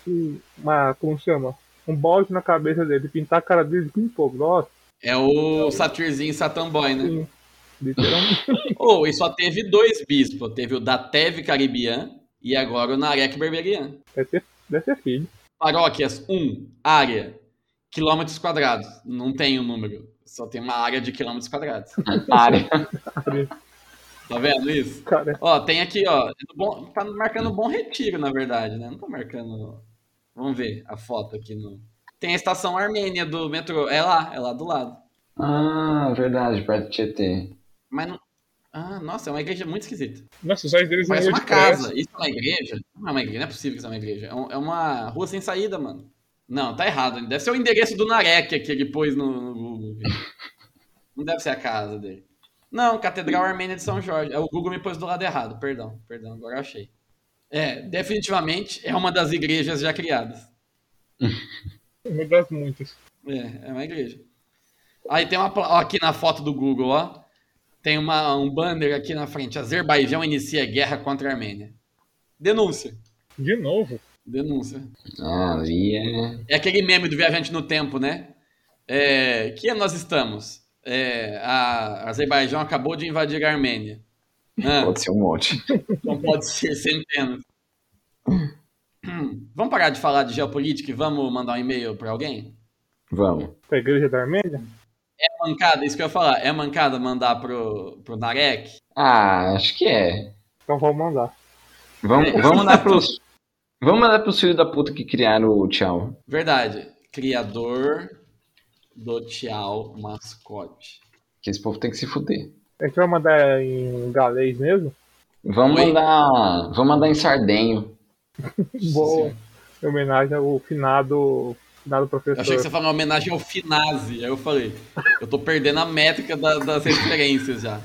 Speaker 3: um. Uma. Como chama? Um balde na cabeça dele, pintar a cara dele com fogo. Nossa,
Speaker 1: É o Satirzinho Satamboy, né?
Speaker 3: sim. Literalmente.
Speaker 1: Ou, e só teve dois bispos. Teve o Datev Caribian e agora o Narek Berberian.
Speaker 3: Deve ser, deve ser filho.
Speaker 1: Paróquias 1, área, quilômetros quadrados. Não tem o número, só tem uma área de quilômetros quadrados.
Speaker 2: Área.
Speaker 1: Tá vendo isso?
Speaker 3: Cara,
Speaker 1: Ó, tem aqui, ó. do Bom- tá marcando bom retiro, na verdade, né? Não tá marcando. Vamos ver a foto aqui no. Tem a estação Armênia do metrô. É lá, é lá do lado.
Speaker 2: Ah, verdade, perto do Tietê.
Speaker 1: Mas não. Ah, nossa, é uma igreja muito esquisita.
Speaker 3: nossa, os olhos deles
Speaker 1: Parece
Speaker 3: não
Speaker 1: uma
Speaker 3: de pressa.
Speaker 1: casa. Isso é uma igreja? Não é uma igreja, não é possível que isso é uma igreja. É um- é uma rua sem saída, mano. Não, tá errado. Deve ser o endereço do Narek que ele pôs no, no Google. Não deve ser a casa dele. Não, Catedral Armênia de São Jorge. É, O Google me pôs do lado errado, perdão, perdão, agora eu achei. É, definitivamente é uma das igrejas já criadas.
Speaker 3: Uma das muitas.
Speaker 1: É, é uma igreja. Aí tem uma pla- ó, aqui na foto do Google, ó. Tem uma, um banner aqui na frente. Azerbaijão inicia guerra contra a Armênia. Denúncia.
Speaker 3: De novo.
Speaker 1: Denúncia.
Speaker 2: Ah, ali é.
Speaker 1: É aquele meme do Viajante no Tempo, né? É, que ano nós estamos? É, a Azerbaijão acabou de invadir a Armênia. Ah,
Speaker 2: Pode ser um monte.
Speaker 1: não pode ser centenas. Hum, Vamos parar de falar de geopolítica e vamos mandar um e-mail para alguém?
Speaker 2: Vamos.
Speaker 3: Pra igreja da Armênia?
Speaker 1: mancada, isso que eu ia falar. É mancada mandar pro, pro Narek?
Speaker 2: Ah, acho que é.
Speaker 3: Então vou mandar.
Speaker 2: Vamos, vamos dar pros. Vamos mandar pros filhos da puta que criaram o tchau.
Speaker 1: Verdade. Criador do Tchau Mascote.
Speaker 2: Que esse povo tem que se fuder.
Speaker 3: A gente vai mandar em galês mesmo?
Speaker 2: Vamos
Speaker 1: Oi.
Speaker 2: mandar. Vamos mandar em Sardenho.
Speaker 3: Boa. Em homenagem ao finado, finado
Speaker 1: Eu achei que
Speaker 3: professor.
Speaker 1: você falou uma homenagem ao Finazi. Aí eu falei, eu tô perdendo a métrica da- das referências já.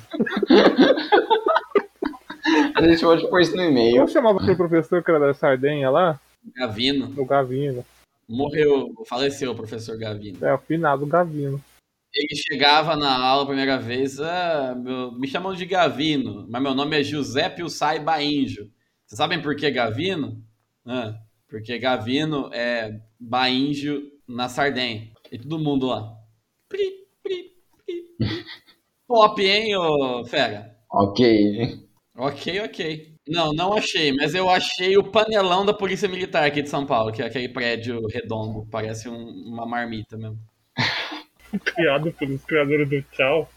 Speaker 2: A gente pode pôr isso no
Speaker 3: Eu
Speaker 2: e-mail.
Speaker 3: chamava
Speaker 1: Ah.
Speaker 3: aquele professor que era da Sardenha lá,
Speaker 1: Gavino.
Speaker 3: o Gavino.
Speaker 1: Morreu, faleceu o professor Gavino.
Speaker 3: É, o finado Gavino.
Speaker 1: Ele chegava na aula a primeira vez, "Ah, meu- me chamam de Gavino, mas meu nome é Giuseppe Usai Bainjo. Vocês sabem por que Gavino? Ah, Porque Gavino é baíndio na Sardenha. E todo mundo lá. Pri, pri, pri, pri. Pop, hein, ô fera?
Speaker 2: Ok.
Speaker 1: Ok, ok. Não, não achei, mas eu achei o panelão da Polícia Militar aqui de São Paulo, que é aquele prédio redondo, parece um- uma marmita mesmo.
Speaker 3: Criado pelos criadores do Tchau.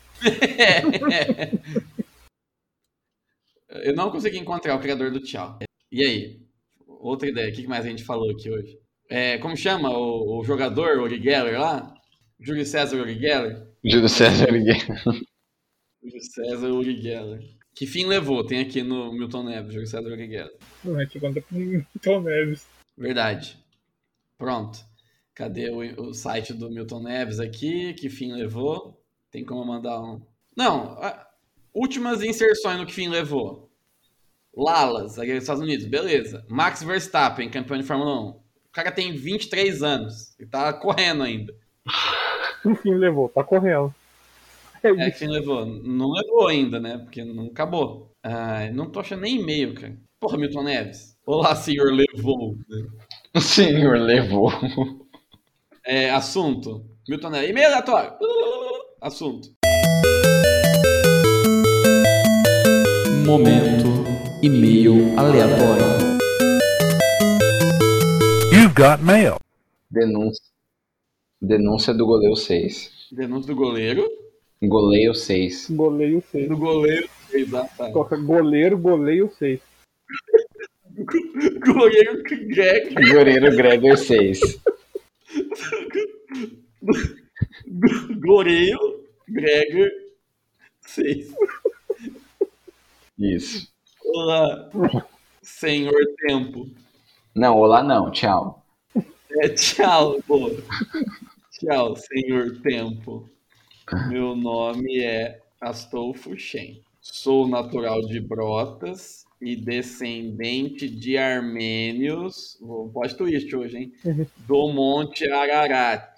Speaker 1: Eu não consegui encontrar o criador do Tchau. E aí? Outra ideia, o que mais a gente falou aqui hoje? É, como chama o, o jogador, o Uri Geller lá? Júlio César Uri Geller?
Speaker 2: Júlio César Guerra.
Speaker 1: Júlio César Uri Geller. Que fim levou? Tem aqui no Milton Neves, Júlio César Uri Geller.
Speaker 3: Não, a gente conta pro Milton Neves.
Speaker 1: Verdade. Pronto. Cadê o, o site do Milton Neves aqui? Que fim levou? Tem como mandar um. Não, a- últimas inserções no que fim levou. Lalas, zagueiro dos Estados Unidos, beleza. Max Verstappen, campeão de Fórmula 1. O cara tem 23 anos e tá correndo ainda.
Speaker 3: Enfim, levou, tá correndo. É
Speaker 1: É
Speaker 3: isso.
Speaker 1: que fim levou. Não levou ainda, né? Porque não acabou. Ai, não tô achando nem e-mail, cara. Porra, Milton Neves. Olá, senhor levou.
Speaker 2: O senhor levou.
Speaker 1: É, assunto. Milton Neves. E-mail aleatório. Assunto.
Speaker 4: Momento e-mail aleatório.
Speaker 5: You've got mail.
Speaker 2: Denúncia. Denúncia do goleiro 6.
Speaker 1: Denúncia do goleiro.
Speaker 2: Goleiro 6.
Speaker 3: Goleio 6.
Speaker 1: Do goleiro. Exato.
Speaker 3: Coloca goleiro, goleio 6.
Speaker 1: Goleiro que Greg.
Speaker 2: Goleiro Gregor 6.
Speaker 1: Goleiro Gregor 6.
Speaker 2: Isso.
Speaker 1: Olá, senhor tempo.
Speaker 2: Não, olá não, tchau.
Speaker 1: É, tchau, pô. Tchau, senhor tempo. Meu nome é Astolfo Shen. Sou natural de Brotas e descendente de armênios. Vou- Pode twist hoje, hein? Do Monte Ararat,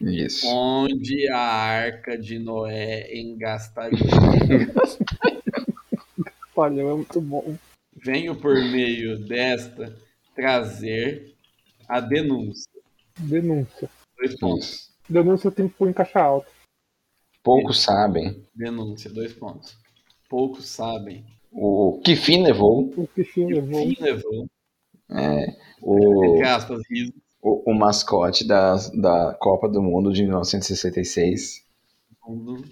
Speaker 2: Isso.
Speaker 1: onde a arca de Noé engastaria.
Speaker 3: Palhão é muito bom.
Speaker 1: Venho por meio desta trazer a denúncia.
Speaker 3: Denúncia.
Speaker 1: Dois pontos.
Speaker 2: Isso.
Speaker 3: Denúncia tem que pôr em caixa alta.
Speaker 2: Poucos sabem
Speaker 1: Denúncia, dois pontos. Poucos sabem
Speaker 2: o que fim levou.
Speaker 3: O Pichinho
Speaker 1: E o
Speaker 3: levou.
Speaker 1: fim levou,
Speaker 2: É, o,
Speaker 1: entre aspas, riso,
Speaker 2: o, o mascote da, da Copa do Mundo de 1966.
Speaker 1: mundo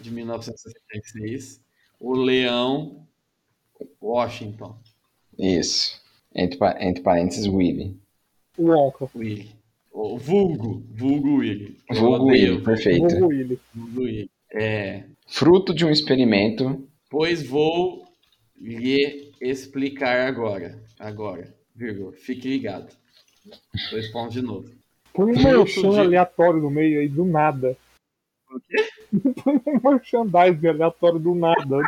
Speaker 1: de 1966, o Leão Washington,
Speaker 2: Isso. Entre, pa- entre parênteses, Willy.
Speaker 3: O Onca.
Speaker 1: Willy. O vulgo, vulgo Willy. Eu
Speaker 2: Vulgo
Speaker 1: odeio
Speaker 2: Willy, perfeito.
Speaker 3: O Willy.
Speaker 1: vulgo Willy. É,
Speaker 2: Fruto de um experimento.
Speaker 1: pois vou lhe explicar agora. Agora, vírgula, fique ligado. Dois pontos de novo.
Speaker 3: Põe um
Speaker 1: Muito
Speaker 3: merchan
Speaker 1: de-
Speaker 3: aleatório no meio aí, do nada. Põe um merchandising aleatório do nada.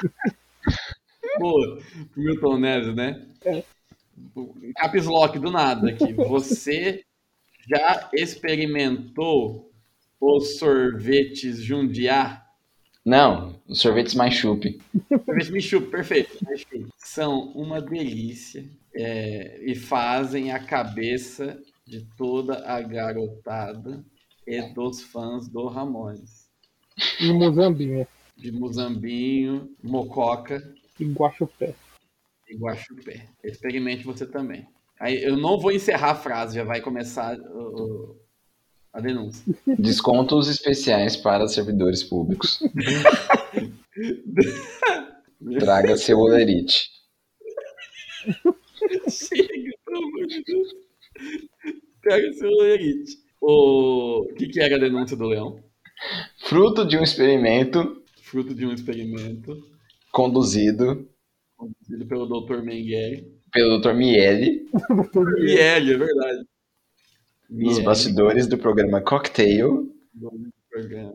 Speaker 1: Pô, pro Milton Neves, né? Caps Lock do nada aqui. Você já experimentou os sorvetes Jundiá?
Speaker 2: Não, os sorvetes mais chup.
Speaker 1: Sorvete Michup, perfeito. Michup. São uma delícia é, e fazem a cabeça de toda a garotada e dos fãs do Ramones.
Speaker 3: E Mozambinha.
Speaker 1: De Muzambinho, Mococa
Speaker 3: E Guaxupé.
Speaker 1: e Guaxupé. é. Experimente você também. Aí eu não vou encerrar a frase, já vai começar o- o- a denúncia.
Speaker 2: Descontos especiais para servidores públicos. Traga seu olerite.
Speaker 1: Chega, pelo amor de Deus. Pega o seu Lerite. O o que, que era a denúncia do leão?
Speaker 2: Fruto de um experimento
Speaker 1: Fruto de um experimento
Speaker 2: conduzido
Speaker 1: conduzido pelo Dr. Mengele.
Speaker 2: pelo Dr. Miele
Speaker 1: Mengele, é verdade.
Speaker 2: nos
Speaker 1: Miele,
Speaker 2: bastidores do programa Cocktail.
Speaker 1: nome do programa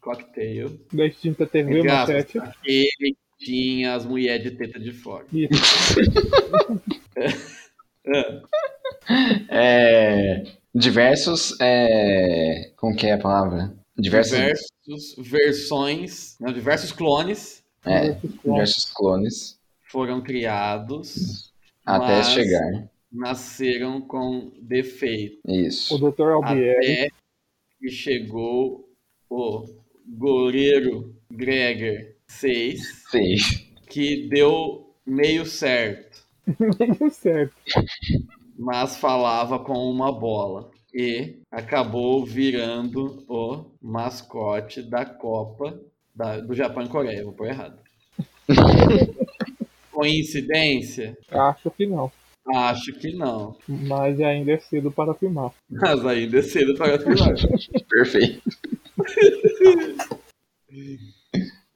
Speaker 1: Cocktail.
Speaker 3: Da extinta TV,
Speaker 1: Entre aspas,
Speaker 3: Matete.
Speaker 1: Ele tinha as mulheres de teta de fora.
Speaker 2: É, diversos. É, como que é a palavra? Diversos, diversos.
Speaker 1: Diversos versões, não, diversos clones
Speaker 2: diversos clones.
Speaker 1: foram criados
Speaker 2: Até
Speaker 1: Mas-
Speaker 2: chegar.
Speaker 1: nasceram com defeito.
Speaker 3: O
Speaker 2: Isso.
Speaker 3: Dr. Albieri.
Speaker 1: Até que chegou o goleiro Gregor 6,
Speaker 2: Sei.
Speaker 1: que deu meio certo,
Speaker 3: Meio certo.
Speaker 1: mas falava com uma bola. E acabou virando o mascote da Copa da- do Japão e Coreia. Vou pôr errado. Coincidência?
Speaker 3: Acho que não.
Speaker 1: Acho que não.
Speaker 3: Mas ainda é cedo para afirmar.
Speaker 1: Mas ainda é cedo para afirmar.
Speaker 2: Perfeito.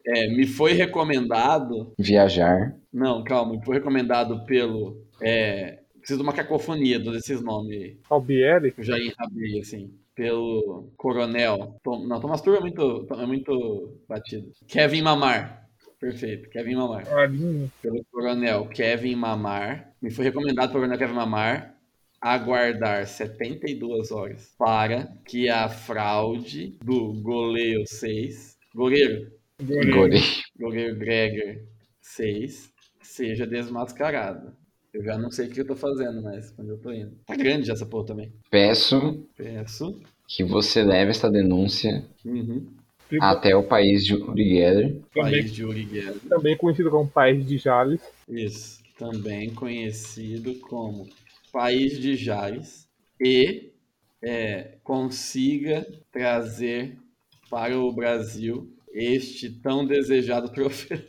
Speaker 1: É, me foi recomendado.
Speaker 2: Viajar.
Speaker 1: Não, calma, me foi recomendado pelo. É, preciso de uma cacofonia desses nomes aí.
Speaker 3: Albieri?
Speaker 1: Eu já enrabei, assim. Pelo Coronel. Tom- não, Thomas Tour é muito, é muito batido. Kevin Mamar. Perfeito, Kevin Mamar.
Speaker 3: Marinho.
Speaker 1: Pelo Coronel Kevin Mamar. Me foi recomendado pelo Coronel Kevin Mamar aguardar 72 horas para que a fraude do goleiro 6. Goleiro,
Speaker 2: Gorei.
Speaker 1: goleiro Gregor 6 seja desmascarada. Eu já não sei o que eu tô fazendo, mas quando eu tô indo. Tá grande já essa porra também.
Speaker 2: Peço
Speaker 1: Peço.
Speaker 2: que você leve esta denúncia
Speaker 1: Uhum.
Speaker 2: até o país de Urigueira.
Speaker 3: Também,
Speaker 1: País de Uriguera.
Speaker 3: também conhecido como País de Jales.
Speaker 1: Isso. Também conhecido como País de Jales. E é, consiga trazer para o Brasil este tão desejado troféu.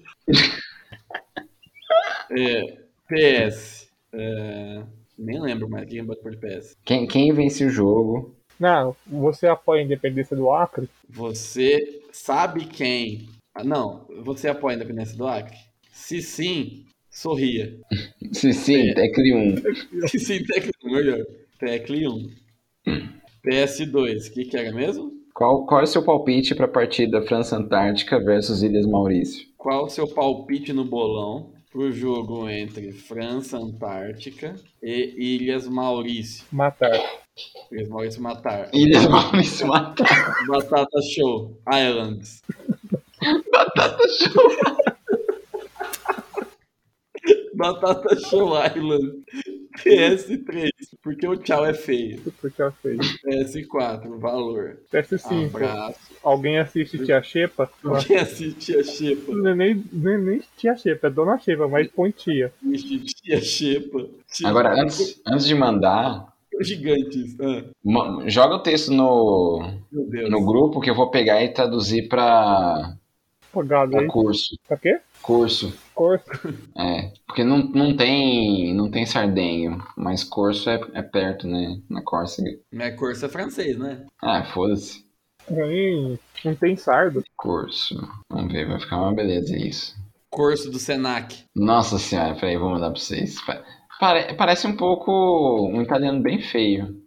Speaker 1: É, PS. é, nem lembro mais quem bateu por PS.
Speaker 2: Quem, quem vence o jogo?
Speaker 3: Não, você apoia a independência do Acre?
Speaker 1: Você sabe quem? Ah, não, você apoia a independência do Acre? Se sim, sorria.
Speaker 2: Se sim, é um. tecle 1.
Speaker 1: Se sim, Tecle 1, melhor. Tecle 1. PS2, o que, que era mesmo?
Speaker 2: Qual, qual é o seu palpite para a partida França Antártica versus Ilhas Maurício?
Speaker 1: Qual o seu palpite no bolão pro jogo entre França Antártica e Ilhas Maurício?
Speaker 3: Matar.
Speaker 1: Ilhas Maurício matar.
Speaker 2: Ilhas Maurício mata.
Speaker 1: Batata Show Islands. Batata Show Island. PS3, porque o tchau é feio.
Speaker 3: Porque ela fez.
Speaker 1: PS4, valor.
Speaker 3: PS5.
Speaker 1: Abraço.
Speaker 3: Alguém assiste Tia Xepa?
Speaker 1: Quem assiste a Xepa,
Speaker 3: Não é nem, não é nem Tia Xepa, é Dona Xepa, mas põe tia.
Speaker 1: assiste a Xepa. Xepa. é
Speaker 2: Agora, antes, antes de mandar,
Speaker 1: Gigantes. Ah,
Speaker 2: ma- joga o texto no,
Speaker 1: meu Deus.
Speaker 2: no grupo que eu vou pegar e traduzir para
Speaker 3: Pagado aí.
Speaker 2: curso.
Speaker 3: Pra quê?
Speaker 2: Curso.
Speaker 3: Corso.
Speaker 2: É, porque não, não tem não tem Sardenho, mas Corso é, é perto, né? Na Córcega.
Speaker 1: Minha corsa é francês, né?
Speaker 2: Ah, foda-se.
Speaker 3: Hum, não tem sardo.
Speaker 2: Corso. Vamos ver, vai ficar uma beleza isso.
Speaker 1: Corso do Senac.
Speaker 2: Nossa senhora, peraí, vou mandar pra vocês. Pa- pare- parece um pouco um italiano bem feio.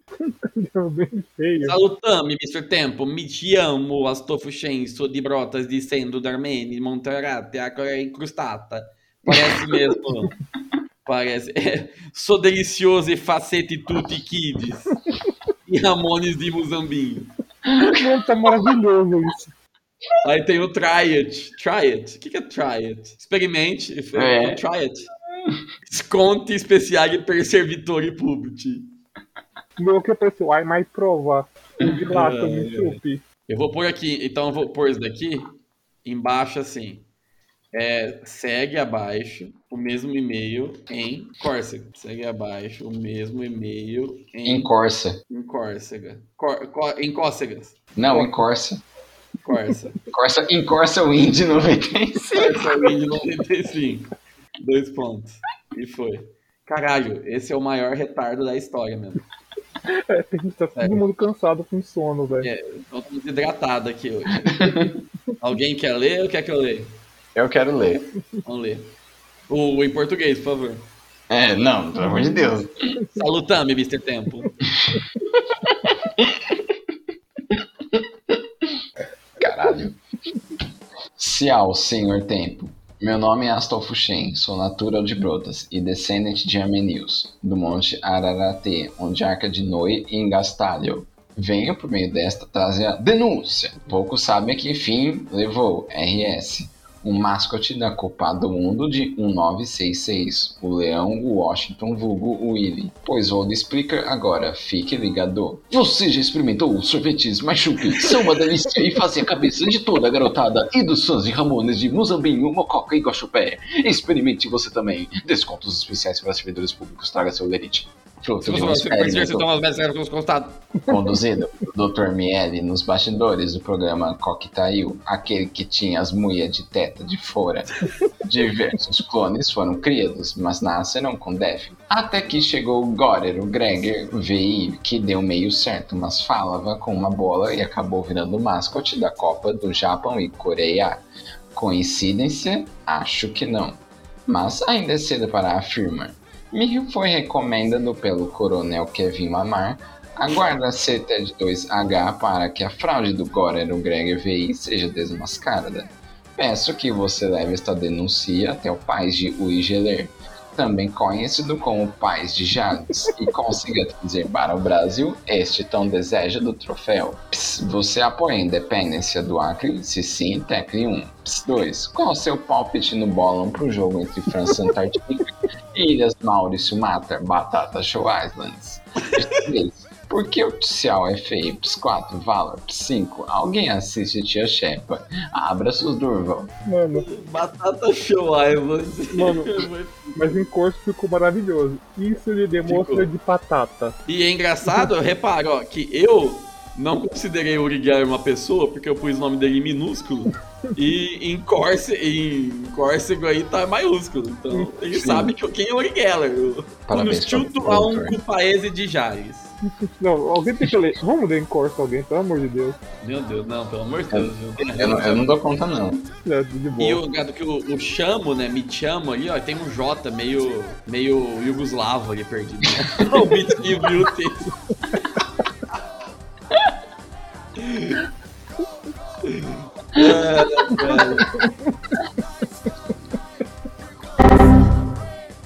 Speaker 3: Então, bem feio.
Speaker 1: Salutame, Mr. Tempo. Mi ti amo, Astolfo Scenso di Brotas di Sendo d'Armeni, Monterrate, a Coreia incrustata. Parece mesmo. Parece. É, sou delicioso e facete tutti kids. E Ramones de Muzambinho.
Speaker 3: Mano, tá maravilhoso isso.
Speaker 1: Aí tem o try it. Try it. O que, que é try it? Experimente.
Speaker 2: É.
Speaker 1: Try it. Sconti speciali per servitori pubblici.
Speaker 3: Meu que apareceu, ai, mas prova. De lata,
Speaker 1: Ai,
Speaker 3: me
Speaker 1: ai.
Speaker 3: chupe.
Speaker 1: Eu vou pôr aqui, então eu vou pôr isso daqui embaixo assim. É, segue abaixo o mesmo e-mail em Córcega. Segue abaixo o mesmo e-mail
Speaker 2: Em
Speaker 1: em,
Speaker 2: Corsa.
Speaker 1: em Córcega. Cor, Có- em Cócegas.
Speaker 2: Não, em Corsa.
Speaker 1: Corsa.
Speaker 2: Corsa em Corsa Wind 95.
Speaker 1: Corsa Wind 95. Dois pontos. E foi. Caralho, esse é o maior retardo da história mesmo.
Speaker 3: É, tem que estar todo mundo cansado com sono, velho.
Speaker 1: É, eu tô desidratado aqui hoje. Alguém quer ler ou quer que eu leia?
Speaker 2: Eu quero ler.
Speaker 1: Vamos ler. O, em português, por favor.
Speaker 2: É, não, pelo amor de Deus.
Speaker 1: Salutame, Mr. Tempo.
Speaker 2: Caralho. Ciao, senhor tempo. Meu nome é Astolfo Shen, sou natural de Brotas e descendente de Amenius, do monte Araratê, onde a arca de Noé em Gastalho. Venho por meio desta trazer a denúncia. Poucos sabem que fim levou RS, um mascote da Copa do Mundo de 1966, o Leão Washington vulgo Willy. Pois vou lhe explicar agora, fique ligado. Você já experimentou os sorvetes Machuque? São uma delícia e fazem a cabeça de toda a garotada e dos fãs de Ramones de Muzambinho, Mococa e Guaxupé. Experimente você também. Descontos especiais para servidores públicos, traga seu lerite.
Speaker 5: Se
Speaker 2: Fruto
Speaker 5: você
Speaker 2: de
Speaker 5: não
Speaker 2: um
Speaker 5: se conhecer, você
Speaker 2: experimento
Speaker 5: toma as mensagens pelos constados.
Speaker 2: conduzido por Dr. Miele nos bastidores do programa Cocktail, aquele que tinha as mulheres de teta de fora. Diversos clones foram criados, mas nasceram com déficit. Até que chegou o Gorer, o Gregor VI, que deu meio certo, mas falava com uma bola e acabou virando o mascote da Copa do Japão e Coreia. Coincidência? Acho que não. Mas ainda é cedo para afirmar. Mirio foi recomendado pelo coronel Kevin Lamar Aguarda a CTED2H para que a fraude do Gorer o Greg VI seja desmascarada. Peço que você leve esta denúncia até o Paz de Uigeler, também conhecido como Paz de Jales, e consiga trazer para o Brasil este tão desejado troféu. Ps, você apoia a independência do Acre? Se sim, tecle 1. Ps, 2. Qual o seu palpite no bolão para o jogo entre França e Antártica? Ilhas Maurício Matar, Batata Show Islands. Ps, três. Por que o oficial é feio? Ps 4, Valor, Ps 5, alguém assiste Tia Shepa. Abraços, Durval.
Speaker 3: Mano,
Speaker 1: Batata show, Ivan.
Speaker 3: Mano. mas o encosto ficou maravilhoso. Isso ele demonstra de patata.
Speaker 1: E é engraçado, repara, ó, que eu não considerei o Uriguiar uma pessoa, porque eu pus o nome dele em minúsculo. E em, Corse, em Córcego aí tá maiúsculo. Então ele
Speaker 2: Sim.
Speaker 1: sabe que, quem é o Urigueller.
Speaker 2: Parabéns,
Speaker 1: Nos chuto
Speaker 2: cara.
Speaker 1: a um com paese de Jales.
Speaker 3: Não, alguém tem que ler. Vamos ler encosto a alguém, pelo amor de Deus.
Speaker 1: Meu Deus, não, pelo amor de Deus. viu?
Speaker 2: Eu não, eu não dou conta, não.
Speaker 3: É, de boa.
Speaker 1: E o gado que o, o chamo, né? Me chamo ali, ó, tem um J meio, meio jugoslavo ali perdido. Né? o beat e o texto. É, né,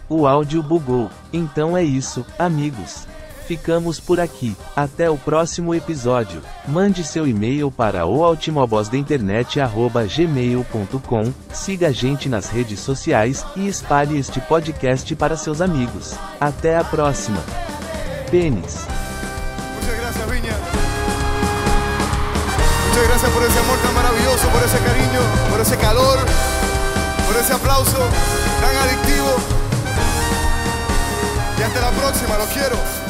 Speaker 6: O áudio bugou. Então é isso, amigos. Ficamos por aqui. Até o próximo episódio. Mande seu e-mail para oaltimobossdainternet@gmail.com. Siga a gente nas redes sociais e espalhe este podcast para seus amigos. Até a próxima. Pênis.
Speaker 7: Muchas gracias, Viña. Muchas gracias por ese amor tan maravilloso, por ese cariño, por ese calor, por ese aplauso tan adictivo. Y hasta la próxima, los quiero.